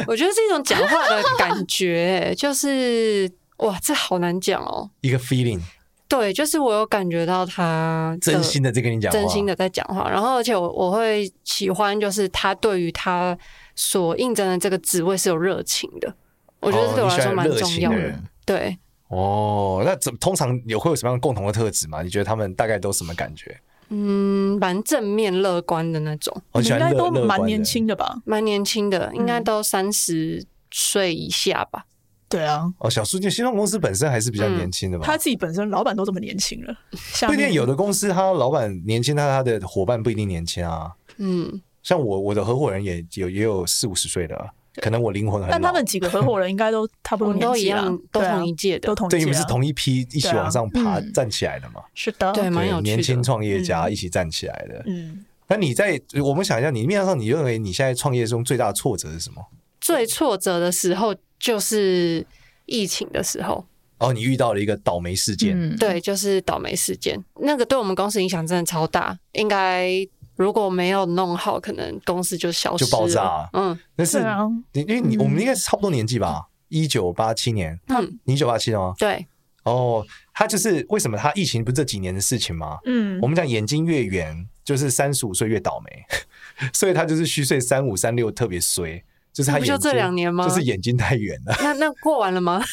[SPEAKER 5] 我觉得是一种讲话的感觉、欸就是哇，这好难讲哦。
[SPEAKER 3] 一个 feeling，
[SPEAKER 5] 对，就是我有感觉到他的
[SPEAKER 3] 真心的在跟你讲话，
[SPEAKER 5] 真心的在讲话，然后而且我我会喜欢，就是他对于他所应征的这个职位是有热情的，我觉得这对我来说蛮重要
[SPEAKER 3] 哦哦你喜欢热情的
[SPEAKER 5] 的。
[SPEAKER 3] 人
[SPEAKER 5] 对，
[SPEAKER 3] 哦。那怎通常有会有什么样共同的特质吗？你觉得他们大概都什么感觉？
[SPEAKER 5] 嗯，蛮正面乐观的那种，
[SPEAKER 3] 我
[SPEAKER 1] 你
[SPEAKER 3] 哦
[SPEAKER 1] 们
[SPEAKER 3] 喜欢
[SPEAKER 1] 应该
[SPEAKER 3] 乐
[SPEAKER 1] 都
[SPEAKER 3] 乐观
[SPEAKER 1] 蛮
[SPEAKER 3] 的
[SPEAKER 1] 年
[SPEAKER 3] 人
[SPEAKER 1] 轻的吧？
[SPEAKER 5] 蛮年轻
[SPEAKER 1] 嗯
[SPEAKER 5] 的，应该都三十岁以下吧。
[SPEAKER 1] 对啊，
[SPEAKER 3] 哦。小书记，新创公司本身还是比较
[SPEAKER 5] 嗯
[SPEAKER 3] 年轻的吧？
[SPEAKER 1] 他自己本身老板都这么年轻了，下
[SPEAKER 3] 啊不一定
[SPEAKER 1] 面
[SPEAKER 3] 有的公司他老板年轻，但他的伙伴不一定年轻啊。
[SPEAKER 5] 嗯，
[SPEAKER 3] 像我我的合伙人也有也有四五十岁的啊，可能我灵魂很老。
[SPEAKER 1] 但他们几个合伙人应该都差不多
[SPEAKER 5] 我们都
[SPEAKER 1] 年
[SPEAKER 5] 一
[SPEAKER 1] 纪啊
[SPEAKER 5] 样，，都
[SPEAKER 1] 对啊
[SPEAKER 5] 同一届的
[SPEAKER 1] 都，同一
[SPEAKER 3] 对，
[SPEAKER 1] 届
[SPEAKER 3] 你
[SPEAKER 1] 啊
[SPEAKER 3] 们是同一批一起
[SPEAKER 1] 对啊
[SPEAKER 3] 往上爬、
[SPEAKER 4] 嗯
[SPEAKER 3] 站起来的嘛？
[SPEAKER 1] 是的，
[SPEAKER 5] 对，蛮有
[SPEAKER 3] 对，年
[SPEAKER 5] 趣
[SPEAKER 3] 轻
[SPEAKER 5] 的。
[SPEAKER 3] 创业家
[SPEAKER 1] 嗯
[SPEAKER 3] 一起站起来的。
[SPEAKER 1] 嗯，
[SPEAKER 3] 那你在我们想一下，你面上你认为你现在创业中最大的挫折是什么？
[SPEAKER 5] 最挫折的时候就是疫情的时候，
[SPEAKER 3] 哦，你遇到了一个倒霉事件，
[SPEAKER 4] 嗯，
[SPEAKER 5] 对，就是倒霉事件，那个对我们公司影响真的超大。应该如果没有弄好，可能公司就消失
[SPEAKER 3] 就爆炸
[SPEAKER 5] 了嗯，
[SPEAKER 3] 但是
[SPEAKER 1] 对啊
[SPEAKER 3] 你因为你我们应该是差不多年纪吧？一九八七年，
[SPEAKER 5] 嗯，
[SPEAKER 3] 你一九八七的吗？
[SPEAKER 5] 对，
[SPEAKER 3] 哦，他就是为什么他疫情不是这几年的事情吗？
[SPEAKER 1] 嗯
[SPEAKER 3] 我，们讲眼睛越圆，就是三十五岁越倒霉， 所以他就是虚岁三五三六特别衰，就是他
[SPEAKER 5] 那不就
[SPEAKER 3] 眼睛
[SPEAKER 5] 这两年吗
[SPEAKER 3] 就是眼睛太圆了，
[SPEAKER 5] 那那过完了 吗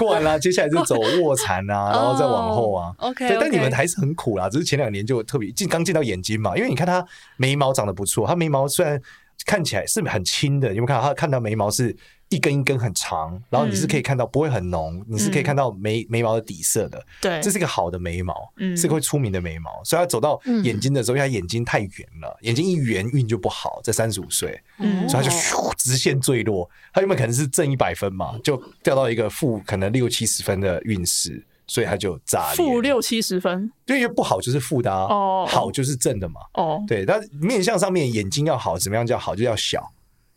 [SPEAKER 3] 过完了，接下来就走卧蚕 啊，然后再往
[SPEAKER 5] 哦
[SPEAKER 3] 后啊。
[SPEAKER 5] ？OK，
[SPEAKER 3] 对，但你们还是很苦啦，只是前两年就特别进刚进到眼睛嘛，因为你看他眉毛长得不错，他眉毛虽然看起来是很轻的，你有没有看到他看到眉毛是一根一根很长，然后你是可以看到不会很浓，你是可以看到眉眉毛的底色的，
[SPEAKER 1] 嗯对，
[SPEAKER 3] 这是一个好的眉毛，
[SPEAKER 1] 嗯
[SPEAKER 3] 是个会出名的眉毛。所以他走到眼睛的时候，因为他眼睛太圆了，眼睛一圆运就不好，在三十五岁，
[SPEAKER 1] 嗯
[SPEAKER 3] 所以他就
[SPEAKER 5] 哦
[SPEAKER 3] 咻直线坠落。他原本可能是正一百分
[SPEAKER 1] 嗯
[SPEAKER 3] 嘛，就掉到一个负可能六七十分的运势，所以他就炸裂
[SPEAKER 1] 负，六七十分
[SPEAKER 3] 对因为不好就是负的啊，
[SPEAKER 1] 哦
[SPEAKER 3] 好就是正的嘛。
[SPEAKER 1] 哦，
[SPEAKER 3] 对，但面相上面眼睛要好，怎么样叫好？就要小，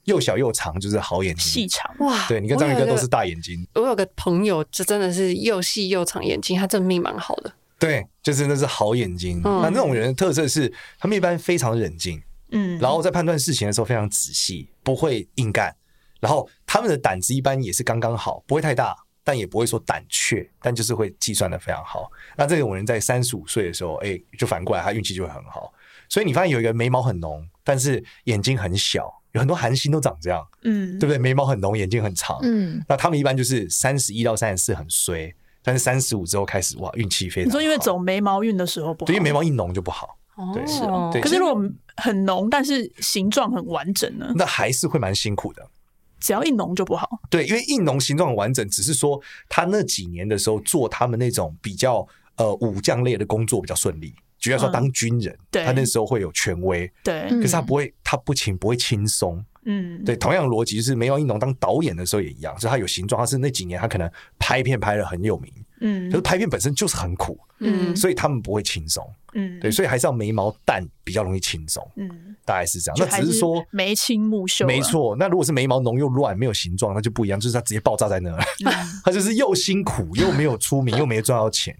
[SPEAKER 3] 又小又长就是好眼
[SPEAKER 1] 细
[SPEAKER 3] 睛。
[SPEAKER 1] 长，
[SPEAKER 5] 哇，
[SPEAKER 3] 对你跟
[SPEAKER 5] 我
[SPEAKER 3] 章鱼
[SPEAKER 5] 有
[SPEAKER 3] 哥
[SPEAKER 5] 一个
[SPEAKER 3] 都是大眼睛，
[SPEAKER 5] 我有个朋友，这真的是又细又长眼睛，他真的命蛮好的。
[SPEAKER 3] 对，就是那是好眼睛。
[SPEAKER 5] 嗯
[SPEAKER 3] 那那种人的特色是，他们一般非常冷静。
[SPEAKER 1] 嗯，
[SPEAKER 3] 然后在判断事情的时候非常仔细，不会硬干。然后他们的胆子一般也是刚刚好，不会太大，但也不会说胆怯，但就是会计算的非常好。那这种人在三十五岁的时候，哎，就反过来他运气就会很好。所以你发现有一个眉毛很浓，但是眼睛很小，有很多韩星都长这样，
[SPEAKER 1] 嗯，
[SPEAKER 3] 对不对？眉毛很浓，眼睛很长。
[SPEAKER 4] 嗯，
[SPEAKER 3] 那他们一般就是三十一到三十四很衰，但是三十五之后开始哇，运气非常
[SPEAKER 1] 你
[SPEAKER 3] 好。
[SPEAKER 1] 说因为哦走眉毛运的时候不好，
[SPEAKER 3] 对，因为眉毛一浓就不好，对是啊
[SPEAKER 5] 哦
[SPEAKER 3] 对
[SPEAKER 1] 可是如果很浓，但是形状很完整呢，
[SPEAKER 3] 那还是会蛮辛苦的。
[SPEAKER 1] 只要一浓就不好。
[SPEAKER 3] 对，因为应农形状很完整，只是说他那几年的时候做他们那种比较呃武将类的工作比较顺利，主要说
[SPEAKER 1] 嗯
[SPEAKER 3] 当军人，
[SPEAKER 1] 对
[SPEAKER 3] 他那时候会有权威，
[SPEAKER 1] 对，
[SPEAKER 4] 嗯
[SPEAKER 3] 可是他不会，他不轻不会轻松。
[SPEAKER 1] 嗯，
[SPEAKER 3] 对，同样逻辑就是梅王应农当导演的时候也一样，就是他有形状，他是那几年他可能拍片拍的很有名，
[SPEAKER 1] 嗯
[SPEAKER 3] 可是拍片本身就是很苦，
[SPEAKER 5] 嗯
[SPEAKER 3] 所以他们不会轻松。
[SPEAKER 1] 嗯，
[SPEAKER 3] 对，所以还是要眉毛淡比较容易轻松，
[SPEAKER 1] 嗯，
[SPEAKER 3] 大概是这样。
[SPEAKER 1] 就
[SPEAKER 3] 啊那
[SPEAKER 1] 还
[SPEAKER 3] 只是说。
[SPEAKER 1] 眉清目秀，
[SPEAKER 3] 没，错，那如果是眉毛浓又乱，没有形状，那就不一样，就是它直接爆炸在那儿， 它就是又辛苦又没有出名，又没赚到钱，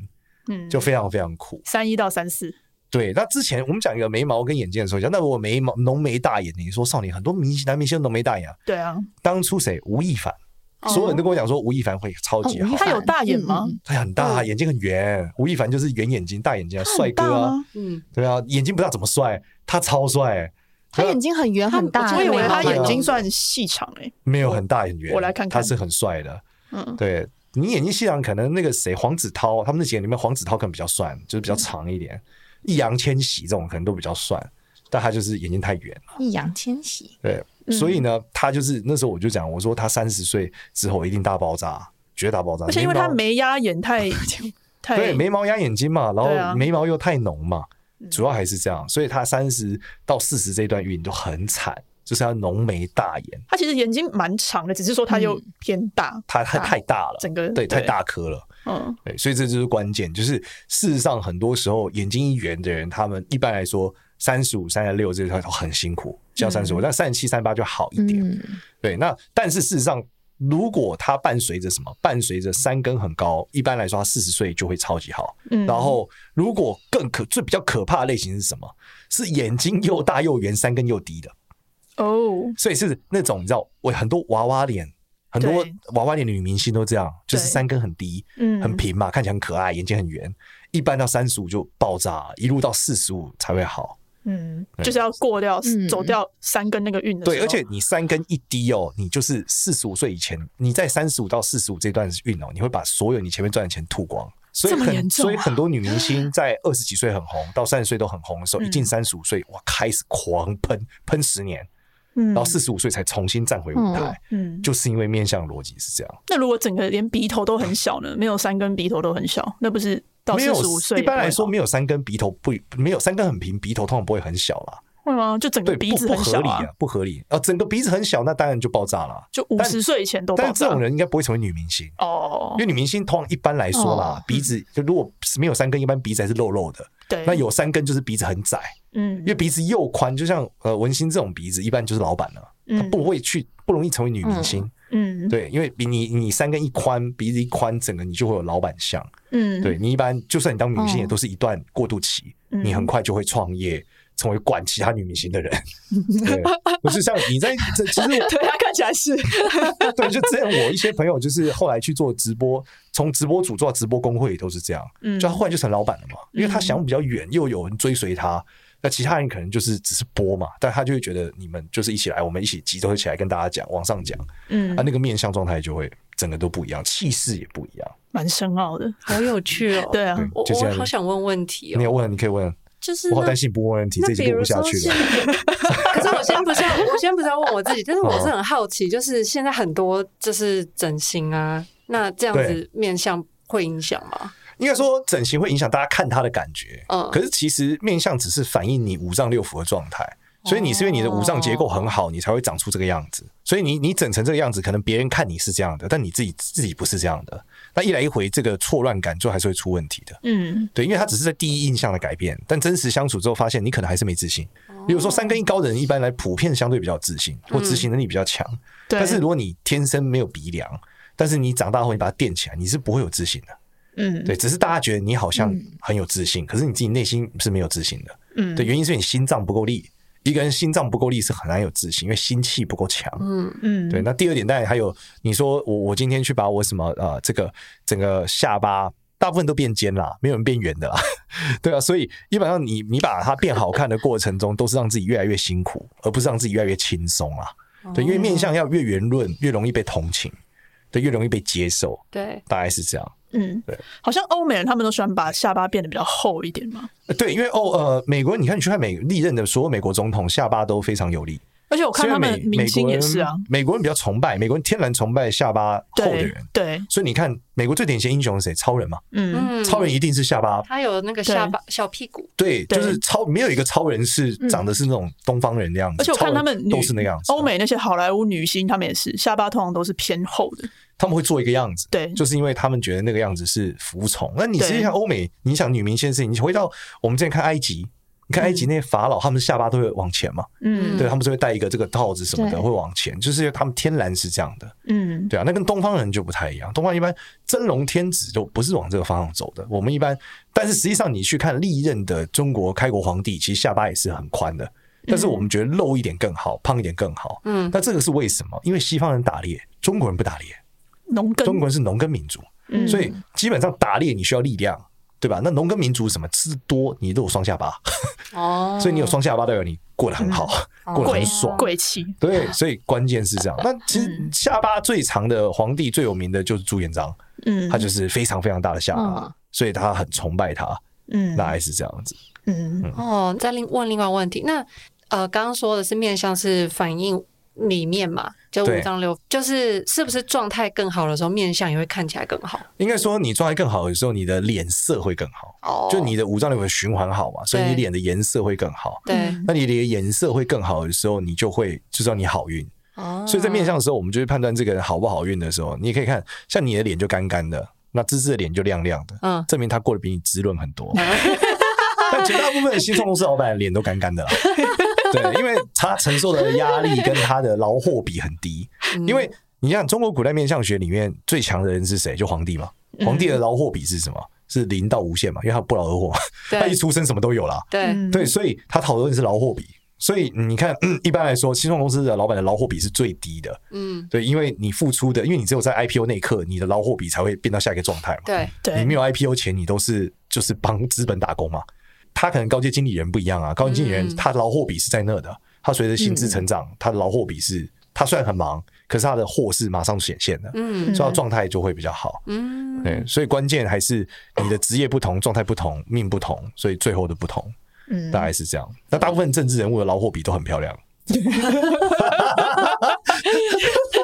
[SPEAKER 1] 嗯，
[SPEAKER 3] 就非常非常苦。
[SPEAKER 1] 三一到三四，
[SPEAKER 3] 对，那之前我们讲一个眉毛跟眼睛的时候，讲那如果眉毛浓眉大眼，你说少年很多明星男明星都浓眉大眼啊，
[SPEAKER 1] 对啊，
[SPEAKER 3] 当初谁吴亦凡，
[SPEAKER 1] 哦
[SPEAKER 3] 所有人都跟我讲说吴亦凡会超级
[SPEAKER 4] 哦吴亦
[SPEAKER 3] 好
[SPEAKER 4] 凡，
[SPEAKER 1] 他有大眼吗？
[SPEAKER 4] 嗯
[SPEAKER 3] 他很大，眼睛很圆，吴亦凡就是圆眼睛大眼睛啊，
[SPEAKER 1] 他
[SPEAKER 3] 帅
[SPEAKER 1] 很大
[SPEAKER 3] 哥啊
[SPEAKER 1] 吗，？
[SPEAKER 5] 嗯，
[SPEAKER 3] 对啊，眼睛不知道怎么帅，他超帅，
[SPEAKER 4] 他眼睛很圆
[SPEAKER 5] 他
[SPEAKER 4] 很大，啊
[SPEAKER 1] 我以为他
[SPEAKER 5] 大眼
[SPEAKER 1] 眼
[SPEAKER 5] 睛
[SPEAKER 1] 睛算细长欸诶，
[SPEAKER 3] 没有很大很圆，
[SPEAKER 1] 我来看看
[SPEAKER 3] 他是很帅的。
[SPEAKER 1] 嗯
[SPEAKER 3] 对你眼睛细长，可能那个谁黄子韬，他们那几个里面黄子韬可能比较算，就是比较长一
[SPEAKER 1] 嗯
[SPEAKER 3] 点。易烊千玺这种可能都比较算，但他就是眼睛太圆了。
[SPEAKER 4] 易烊千玺，
[SPEAKER 3] 对，
[SPEAKER 1] 嗯
[SPEAKER 3] 所以呢，他就是那时候我就讲，我说他三十岁之后一定大爆炸，绝对大爆炸。
[SPEAKER 1] 而且因为他
[SPEAKER 3] 眉
[SPEAKER 1] 眉压眼 太太
[SPEAKER 3] 毛对眉毛压眼睛嘛，
[SPEAKER 1] 啊
[SPEAKER 3] 然后眉毛又太浓嘛，
[SPEAKER 1] 嗯
[SPEAKER 3] 主要还是这样，所以他三十到四十这段运都很惨，就是他浓眉大眼，
[SPEAKER 1] 他其实眼睛蛮长的，只是说他又
[SPEAKER 4] 嗯
[SPEAKER 1] 偏大，
[SPEAKER 3] 他他
[SPEAKER 1] 大
[SPEAKER 3] 太大了，
[SPEAKER 1] 整个
[SPEAKER 3] 对太
[SPEAKER 1] 对
[SPEAKER 3] 大颗了。
[SPEAKER 1] 嗯
[SPEAKER 3] 对，所以这就是关键，就是事实上很多时候眼睛一圆的人，他们一般来说三十五、三十六这条都很辛苦，像三十
[SPEAKER 1] 嗯
[SPEAKER 3] 五，但三十七、三十八就好一点。
[SPEAKER 4] 嗯，
[SPEAKER 3] 对，那但是事实上，如果它伴随着什么，伴随着三根很高，一般来说他四十岁就会超级好。
[SPEAKER 1] 嗯，
[SPEAKER 3] 然后如果更可最比较可怕的类型是什么？是眼睛又大又圆，三根又低的，
[SPEAKER 1] 哦，
[SPEAKER 3] 所以是那种你知道，我很多娃娃脸。很多
[SPEAKER 1] 对
[SPEAKER 3] 娃娃脸的女明星都这样，就是
[SPEAKER 1] 对
[SPEAKER 3] 三根很低，
[SPEAKER 1] 嗯，
[SPEAKER 3] 很平嘛，看起来很可爱，眼睛很圆。一般到三十五就爆炸，一路到四十五才会好。
[SPEAKER 1] 嗯，
[SPEAKER 3] 对
[SPEAKER 1] 就是要过掉、
[SPEAKER 4] 嗯
[SPEAKER 1] 走掉三根那个运的时候。
[SPEAKER 3] 对，而且你三根一低哦，你就是四十五岁以前，你在三十五到四十五这段运哦，你会把所有你前面赚的钱吐光。所以
[SPEAKER 1] 这么
[SPEAKER 3] 很，
[SPEAKER 1] 严重啊
[SPEAKER 3] 所以很多女明 星在二十几岁很红，到三十岁都很红的时候，
[SPEAKER 1] 嗯
[SPEAKER 3] 一进三十五岁，哇，开始狂喷，喷十年，
[SPEAKER 1] 嗯，
[SPEAKER 3] 然后四十五岁才重新站回舞台，
[SPEAKER 1] 嗯，
[SPEAKER 3] 就是因为面向逻辑是这样。
[SPEAKER 1] 那如果整个连鼻头都很小呢？没有三根鼻头都很小，那不是到
[SPEAKER 3] 没
[SPEAKER 1] 四
[SPEAKER 3] 有
[SPEAKER 1] 十五岁，
[SPEAKER 3] 一
[SPEAKER 1] 也不会
[SPEAKER 3] 般
[SPEAKER 1] 好
[SPEAKER 3] 来说没有三根鼻头不没有三根很平，鼻头通常不会很小啦。
[SPEAKER 1] 会吗？就整个
[SPEAKER 3] 对，
[SPEAKER 1] 鼻
[SPEAKER 3] 不
[SPEAKER 1] 子
[SPEAKER 3] 不
[SPEAKER 1] 很
[SPEAKER 3] 合
[SPEAKER 1] 小
[SPEAKER 3] 理啊，不合理啊！整个鼻子很小，那当然就爆炸了。啊
[SPEAKER 1] 就五十岁以前都爆
[SPEAKER 3] 但
[SPEAKER 1] 炸
[SPEAKER 3] 是这种人应该不会成为女明星，
[SPEAKER 1] 啊哦
[SPEAKER 3] 因，为女明星通常一般来说
[SPEAKER 1] 嗯
[SPEAKER 3] 啦
[SPEAKER 4] 哦，
[SPEAKER 3] 鼻子就如果没有三根，一般鼻子还是露露的。
[SPEAKER 1] 对，
[SPEAKER 3] 那有三根就是鼻子很窄，
[SPEAKER 1] 嗯
[SPEAKER 3] 因为鼻子又宽，就像呃文心这种鼻子，一般就是老板了，她
[SPEAKER 1] 嗯
[SPEAKER 3] 不会去不容易成为女明星。
[SPEAKER 1] 嗯
[SPEAKER 3] 对，因为比你你三根一宽，鼻子一宽，整个你就会有老板相。
[SPEAKER 1] 嗯
[SPEAKER 3] 对你一般就算你当明星，
[SPEAKER 4] 哦
[SPEAKER 3] 也都是一段过渡期，
[SPEAKER 1] 嗯
[SPEAKER 3] 你很快就会创业，成为管其他女明星的 人。对，不是像你在这，其 实我
[SPEAKER 1] 对他看起来是，
[SPEAKER 3] 对，就之前我一些朋友就是后来去做直播，从直播主做到直播工会也都是这样，
[SPEAKER 1] 嗯
[SPEAKER 3] 就他后来就成老板了嘛，因为
[SPEAKER 5] 嗯
[SPEAKER 3] 他想比较远，又有人追随他。那其他人可能就是只是播嘛，但他就会觉得你们就是一起来，我们一起集合起来跟大家讲，往上讲，啊
[SPEAKER 1] 嗯
[SPEAKER 3] 他、，那个面向状态就会整个都不一样，气势也不一样。
[SPEAKER 1] 蛮深奥的，
[SPEAKER 5] 好有趣哦。
[SPEAKER 1] 对啊
[SPEAKER 3] 对，
[SPEAKER 5] 我
[SPEAKER 3] 就这
[SPEAKER 5] 我
[SPEAKER 3] 样
[SPEAKER 5] 好想问问题
[SPEAKER 3] 你
[SPEAKER 5] 哦，
[SPEAKER 3] 有问，你可以问，
[SPEAKER 5] 就是
[SPEAKER 3] 我好
[SPEAKER 5] 那
[SPEAKER 3] 担心你不问问题，这
[SPEAKER 5] 那
[SPEAKER 3] 一集
[SPEAKER 5] 比
[SPEAKER 3] 录
[SPEAKER 5] 如
[SPEAKER 3] 不下
[SPEAKER 5] 说
[SPEAKER 3] 去
[SPEAKER 5] 是，
[SPEAKER 3] 了。
[SPEAKER 5] 可是我 先不是要，我先不是要问我 自己，但是
[SPEAKER 3] 哦
[SPEAKER 5] 我是很好奇，就是现在很多就是整形啊，那这样子面相会影响吗？
[SPEAKER 3] 应该说整形会影响大家看他的感觉，
[SPEAKER 5] 嗯
[SPEAKER 3] 可是其实面相只是反映你五脏六腑的状态，所以你是因为你的五脏结构很好，你才会长出这个样子。所以你你整成这个样子，可能别人看你是这样的，但你自己自己不是这样的。那一来一回，这个错乱感就还是会出问题的。
[SPEAKER 1] 嗯，
[SPEAKER 3] 对，因为他只是在第一印象的改变，但真实相处之后，发现你可能还是没自信。比如说三根一高的人，一般来普遍相对比较自信，或执行能力比较强。
[SPEAKER 1] 对，
[SPEAKER 3] 但是如果你天生没有鼻梁，但是你长大后你把它垫起来，你是不会有自信的。
[SPEAKER 1] 嗯，
[SPEAKER 3] 对，只是大家觉得你好像很有自信，可是你自己内心是没有自信的。
[SPEAKER 1] 嗯，
[SPEAKER 3] 对，原因是你心脏不够力。一个人心脏不够力是很难有自信，因为心气不够强。
[SPEAKER 5] 嗯，
[SPEAKER 1] 嗯，
[SPEAKER 3] 对，那第二点当然还有，你说我我今天去把我什么呃这个整个下巴大部分都变尖啦，没有人变圆的啦， 对啊，所以基本上你你把它变好看的过程中，都是让自己越来越辛苦，而不是让自己越来越轻松啊啦。对，因为
[SPEAKER 5] 嗯
[SPEAKER 3] 面
[SPEAKER 1] 哦
[SPEAKER 3] 相要越圆润，越容易被同情，对，越容易被接受，
[SPEAKER 5] 对，
[SPEAKER 3] 大概是这样。
[SPEAKER 1] 嗯
[SPEAKER 3] 对，
[SPEAKER 1] 好像欧美人他们都喜欢把下巴变得比较厚一点嘛。
[SPEAKER 3] 呃对，因为哦呃，美国你看，你去看美历任的所有美国总统下巴都非常有力，
[SPEAKER 1] 而且我看
[SPEAKER 3] 虽
[SPEAKER 1] 他
[SPEAKER 3] 然
[SPEAKER 1] 们
[SPEAKER 3] 美
[SPEAKER 1] 明星也是啊，
[SPEAKER 3] 美国人美国人比较崇拜，美国人天然崇拜下巴厚的
[SPEAKER 1] 对
[SPEAKER 3] 人，
[SPEAKER 1] 对，
[SPEAKER 3] 所以你看美国最典型英雄是谁？超人嘛，
[SPEAKER 1] 嗯
[SPEAKER 5] 嗯
[SPEAKER 3] 超人一定是下巴。
[SPEAKER 5] 他有那个下巴小屁股，
[SPEAKER 3] 对，就
[SPEAKER 1] 对嗯
[SPEAKER 3] 是超没有一个超人是长得是那种东方人的样子，
[SPEAKER 1] 而且我看他
[SPEAKER 3] 超
[SPEAKER 1] 们
[SPEAKER 3] 人
[SPEAKER 1] 女
[SPEAKER 3] 都是那个样子。
[SPEAKER 1] 欧，美那些好莱坞女星，她们也是下巴通常都是偏厚的。
[SPEAKER 3] 他们会做一个样子，
[SPEAKER 1] 对
[SPEAKER 3] 就是因为他们觉得那个样子是服从。那你
[SPEAKER 1] 对
[SPEAKER 3] 实际上欧美，你想女明星的事情，你回到我们之前看埃及，你看埃及那些法老，他们下巴都会往前嘛，
[SPEAKER 1] 嗯
[SPEAKER 3] 对他们是会戴一个这个套子什么的，
[SPEAKER 4] 对
[SPEAKER 3] 会往前，就是他们天然是这样的，
[SPEAKER 1] 嗯
[SPEAKER 3] 对啊，那跟东方人就不太一样。东方一般真龙天子就不是往这个方向走的，我们一般，但是实际上你去看历任的中国开国皇帝，其实下巴也是很宽的，但是我们觉得露一点更好，胖一点更好。
[SPEAKER 5] 嗯，
[SPEAKER 3] 那这个是为什么？因为西方人打猎，中国人不打猎，
[SPEAKER 1] 农耕
[SPEAKER 3] 中国人是农耕民族，
[SPEAKER 1] 嗯
[SPEAKER 3] 所以基本上打猎你需要力量。对吧？那农耕民族什么吃多，你都有双下巴，
[SPEAKER 5] 哦，
[SPEAKER 3] 所以你有双下巴代表你过得很好，
[SPEAKER 5] 嗯
[SPEAKER 3] 过得
[SPEAKER 1] 贵
[SPEAKER 3] 很爽。
[SPEAKER 1] 贵气，
[SPEAKER 3] 对，所以关键是这样。那其实下巴最长的皇帝最有名的就是朱元璋，
[SPEAKER 1] 嗯，
[SPEAKER 3] 他就是非常非常大的下巴，
[SPEAKER 4] 嗯
[SPEAKER 3] 所以他很崇拜他，
[SPEAKER 1] 嗯
[SPEAKER 3] 大概是这样子。
[SPEAKER 1] 嗯
[SPEAKER 5] 哦，再另问另外问题，那呃，刚刚说的是面相是反映里面嘛，就
[SPEAKER 3] 对
[SPEAKER 5] 五脏六，就是是不是状态更好的时候，面相也会看起来更好？
[SPEAKER 3] 应该说你状态更好的时候，你的脸色会更好，
[SPEAKER 5] 哦，
[SPEAKER 3] 就你的五脏六腑循环好嘛，所以你
[SPEAKER 5] 对
[SPEAKER 3] 脸的颜色会更好。
[SPEAKER 5] 对，
[SPEAKER 3] 那你的颜色会更好的时候，你就会知道你好运。
[SPEAKER 5] 哦，
[SPEAKER 3] 所以在面相的时候，我们就会判断这个人好不好运的时候，你也可以看，像你的脸就干干的，那芝芝的脸就亮亮的，
[SPEAKER 5] 嗯
[SPEAKER 3] 证明他过得比你滋润很 多。但绝大部分的新创公司老板脸都干干的 啦，对，因为他承受的压力跟他的劳货比很低。
[SPEAKER 5] 嗯
[SPEAKER 3] 因为你像中国古代面相学里面最强的人是谁？就皇帝嘛。
[SPEAKER 5] 嗯
[SPEAKER 3] 皇帝的劳货比是什么？是零到无限嘛，因为他不劳而获嘛，他一
[SPEAKER 5] 对
[SPEAKER 3] 出生什么都有啦。
[SPEAKER 5] 对，
[SPEAKER 1] 嗯
[SPEAKER 3] 对，所以他讨论是劳货比。所以你看，嗯一般来说，新创公司的老板的劳货比是最低的，
[SPEAKER 5] 嗯，
[SPEAKER 3] 对，因为你付出的，因为你只有在 IPO 那一刻，你的劳货比才会变到下一个状态嘛。
[SPEAKER 5] 对，
[SPEAKER 1] 对
[SPEAKER 3] 你没有 IPO 前，你都是就是帮资本打工嘛。他可能高阶经理人不一样啊，高阶经理人
[SPEAKER 5] 嗯
[SPEAKER 3] 他劳货比是在那的，他随着薪资成长，他的劳货比是，他虽然很忙，可是他的货是马上显现的，
[SPEAKER 5] 嗯
[SPEAKER 3] 所以他状态就会比较好。
[SPEAKER 5] 嗯，
[SPEAKER 3] 对，所以关键还是你的职业不同，状态不同，命不同，所以最后的不同
[SPEAKER 1] 嗯
[SPEAKER 3] 大概是这样。那大部分政治人物的劳货比都很漂亮，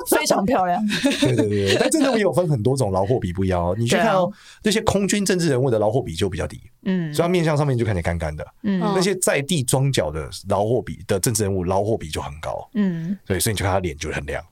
[SPEAKER 1] 非常漂亮，
[SPEAKER 3] 对对对，对但政治人物也有分很多种劳货比不一样哦。
[SPEAKER 5] 啊
[SPEAKER 3] 你去看哦，那些空军政治人物的劳货比就比较低，
[SPEAKER 1] 嗯
[SPEAKER 3] 所以他面相上面就看起来干干的。
[SPEAKER 1] 嗯
[SPEAKER 5] 哦
[SPEAKER 3] 那些在地装脚的劳货比的政治人物，劳货比就很高，
[SPEAKER 1] 嗯，
[SPEAKER 3] 对，所以你就看他脸就很亮，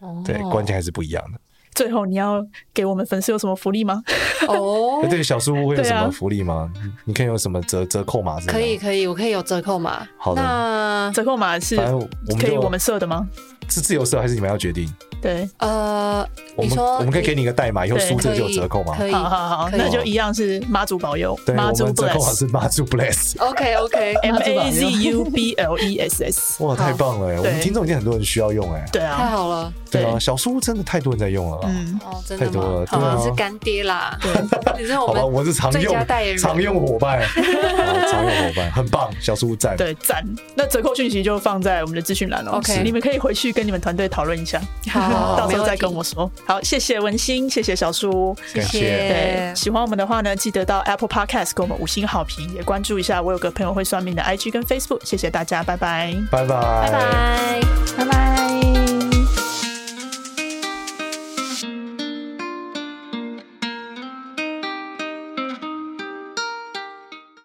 [SPEAKER 5] 哦
[SPEAKER 3] 对，关键还是不一样的。
[SPEAKER 1] 最后你要给我们粉丝有什么福利 吗？
[SPEAKER 5] 哦
[SPEAKER 3] 那，哎 对小书屋会有
[SPEAKER 1] 对
[SPEAKER 3] 什
[SPEAKER 1] 啊
[SPEAKER 3] 么福利吗？你可以有什么折折扣码之类的吗？
[SPEAKER 5] 可以可以，我可以有折扣码。
[SPEAKER 3] 好的
[SPEAKER 5] 那
[SPEAKER 1] 折扣码是
[SPEAKER 3] 反正我们
[SPEAKER 1] 可以
[SPEAKER 3] 就
[SPEAKER 1] 我们设的吗？
[SPEAKER 3] 是自由社还是你们要决定？
[SPEAKER 1] 对，
[SPEAKER 5] 呃，
[SPEAKER 3] 我
[SPEAKER 5] 你
[SPEAKER 3] 们
[SPEAKER 5] 说
[SPEAKER 3] 我们可以给你一个代码，以后
[SPEAKER 1] 对
[SPEAKER 3] 输这个就有
[SPEAKER 5] 可以
[SPEAKER 3] 折扣吗？
[SPEAKER 5] 可以，
[SPEAKER 1] 好好好，
[SPEAKER 5] 可以
[SPEAKER 1] 那就一样是妈祖保佑，
[SPEAKER 3] 对，我
[SPEAKER 1] 妈祖
[SPEAKER 3] 们折扣码
[SPEAKER 1] bless。
[SPEAKER 3] 是妈祖 bless，
[SPEAKER 5] OK OK，
[SPEAKER 1] M
[SPEAKER 2] 妈祖保
[SPEAKER 1] A
[SPEAKER 2] 佑
[SPEAKER 1] Z U B L E S S，
[SPEAKER 3] 哇，太棒了欸！我们
[SPEAKER 1] 对
[SPEAKER 3] 听众已经很多人需要用哎，
[SPEAKER 1] 对
[SPEAKER 5] 太
[SPEAKER 1] 啊，
[SPEAKER 5] 好了，
[SPEAKER 3] 对啊，小书真的太多人在用了啦，
[SPEAKER 1] 嗯，
[SPEAKER 5] 哦，真
[SPEAKER 3] 太
[SPEAKER 5] 的
[SPEAKER 3] 多了，
[SPEAKER 5] 吗？
[SPEAKER 3] 对
[SPEAKER 5] 你
[SPEAKER 3] 啊
[SPEAKER 5] 是，干爹啦， 你是
[SPEAKER 3] 好
[SPEAKER 5] 我
[SPEAKER 3] 吧，
[SPEAKER 5] 们
[SPEAKER 3] 我是常
[SPEAKER 5] 最
[SPEAKER 3] 用
[SPEAKER 5] 佳代言人
[SPEAKER 3] 常用伙 伴，好常用伙伴，很棒，小书赞，
[SPEAKER 1] 对，赞。那折扣讯息就放在我们的资讯栏哦
[SPEAKER 5] OK
[SPEAKER 1] 你们可以回去跟你们团队讨论一下，
[SPEAKER 5] 好，
[SPEAKER 1] 到时
[SPEAKER 5] 没
[SPEAKER 1] 候
[SPEAKER 5] 问
[SPEAKER 1] 再
[SPEAKER 5] 题
[SPEAKER 1] 跟我说。好，谢谢文心，谢谢小叔。
[SPEAKER 3] 感
[SPEAKER 5] 谢
[SPEAKER 3] 谢。
[SPEAKER 1] 对
[SPEAKER 5] 谢，
[SPEAKER 1] 喜欢我们的话呢，记得到 Apple Podcast 给我们五星好评，也关注一下我有个朋友会算命的 IG 跟 Facebook。谢谢大家，拜拜。
[SPEAKER 3] 拜拜，拜
[SPEAKER 5] 拜。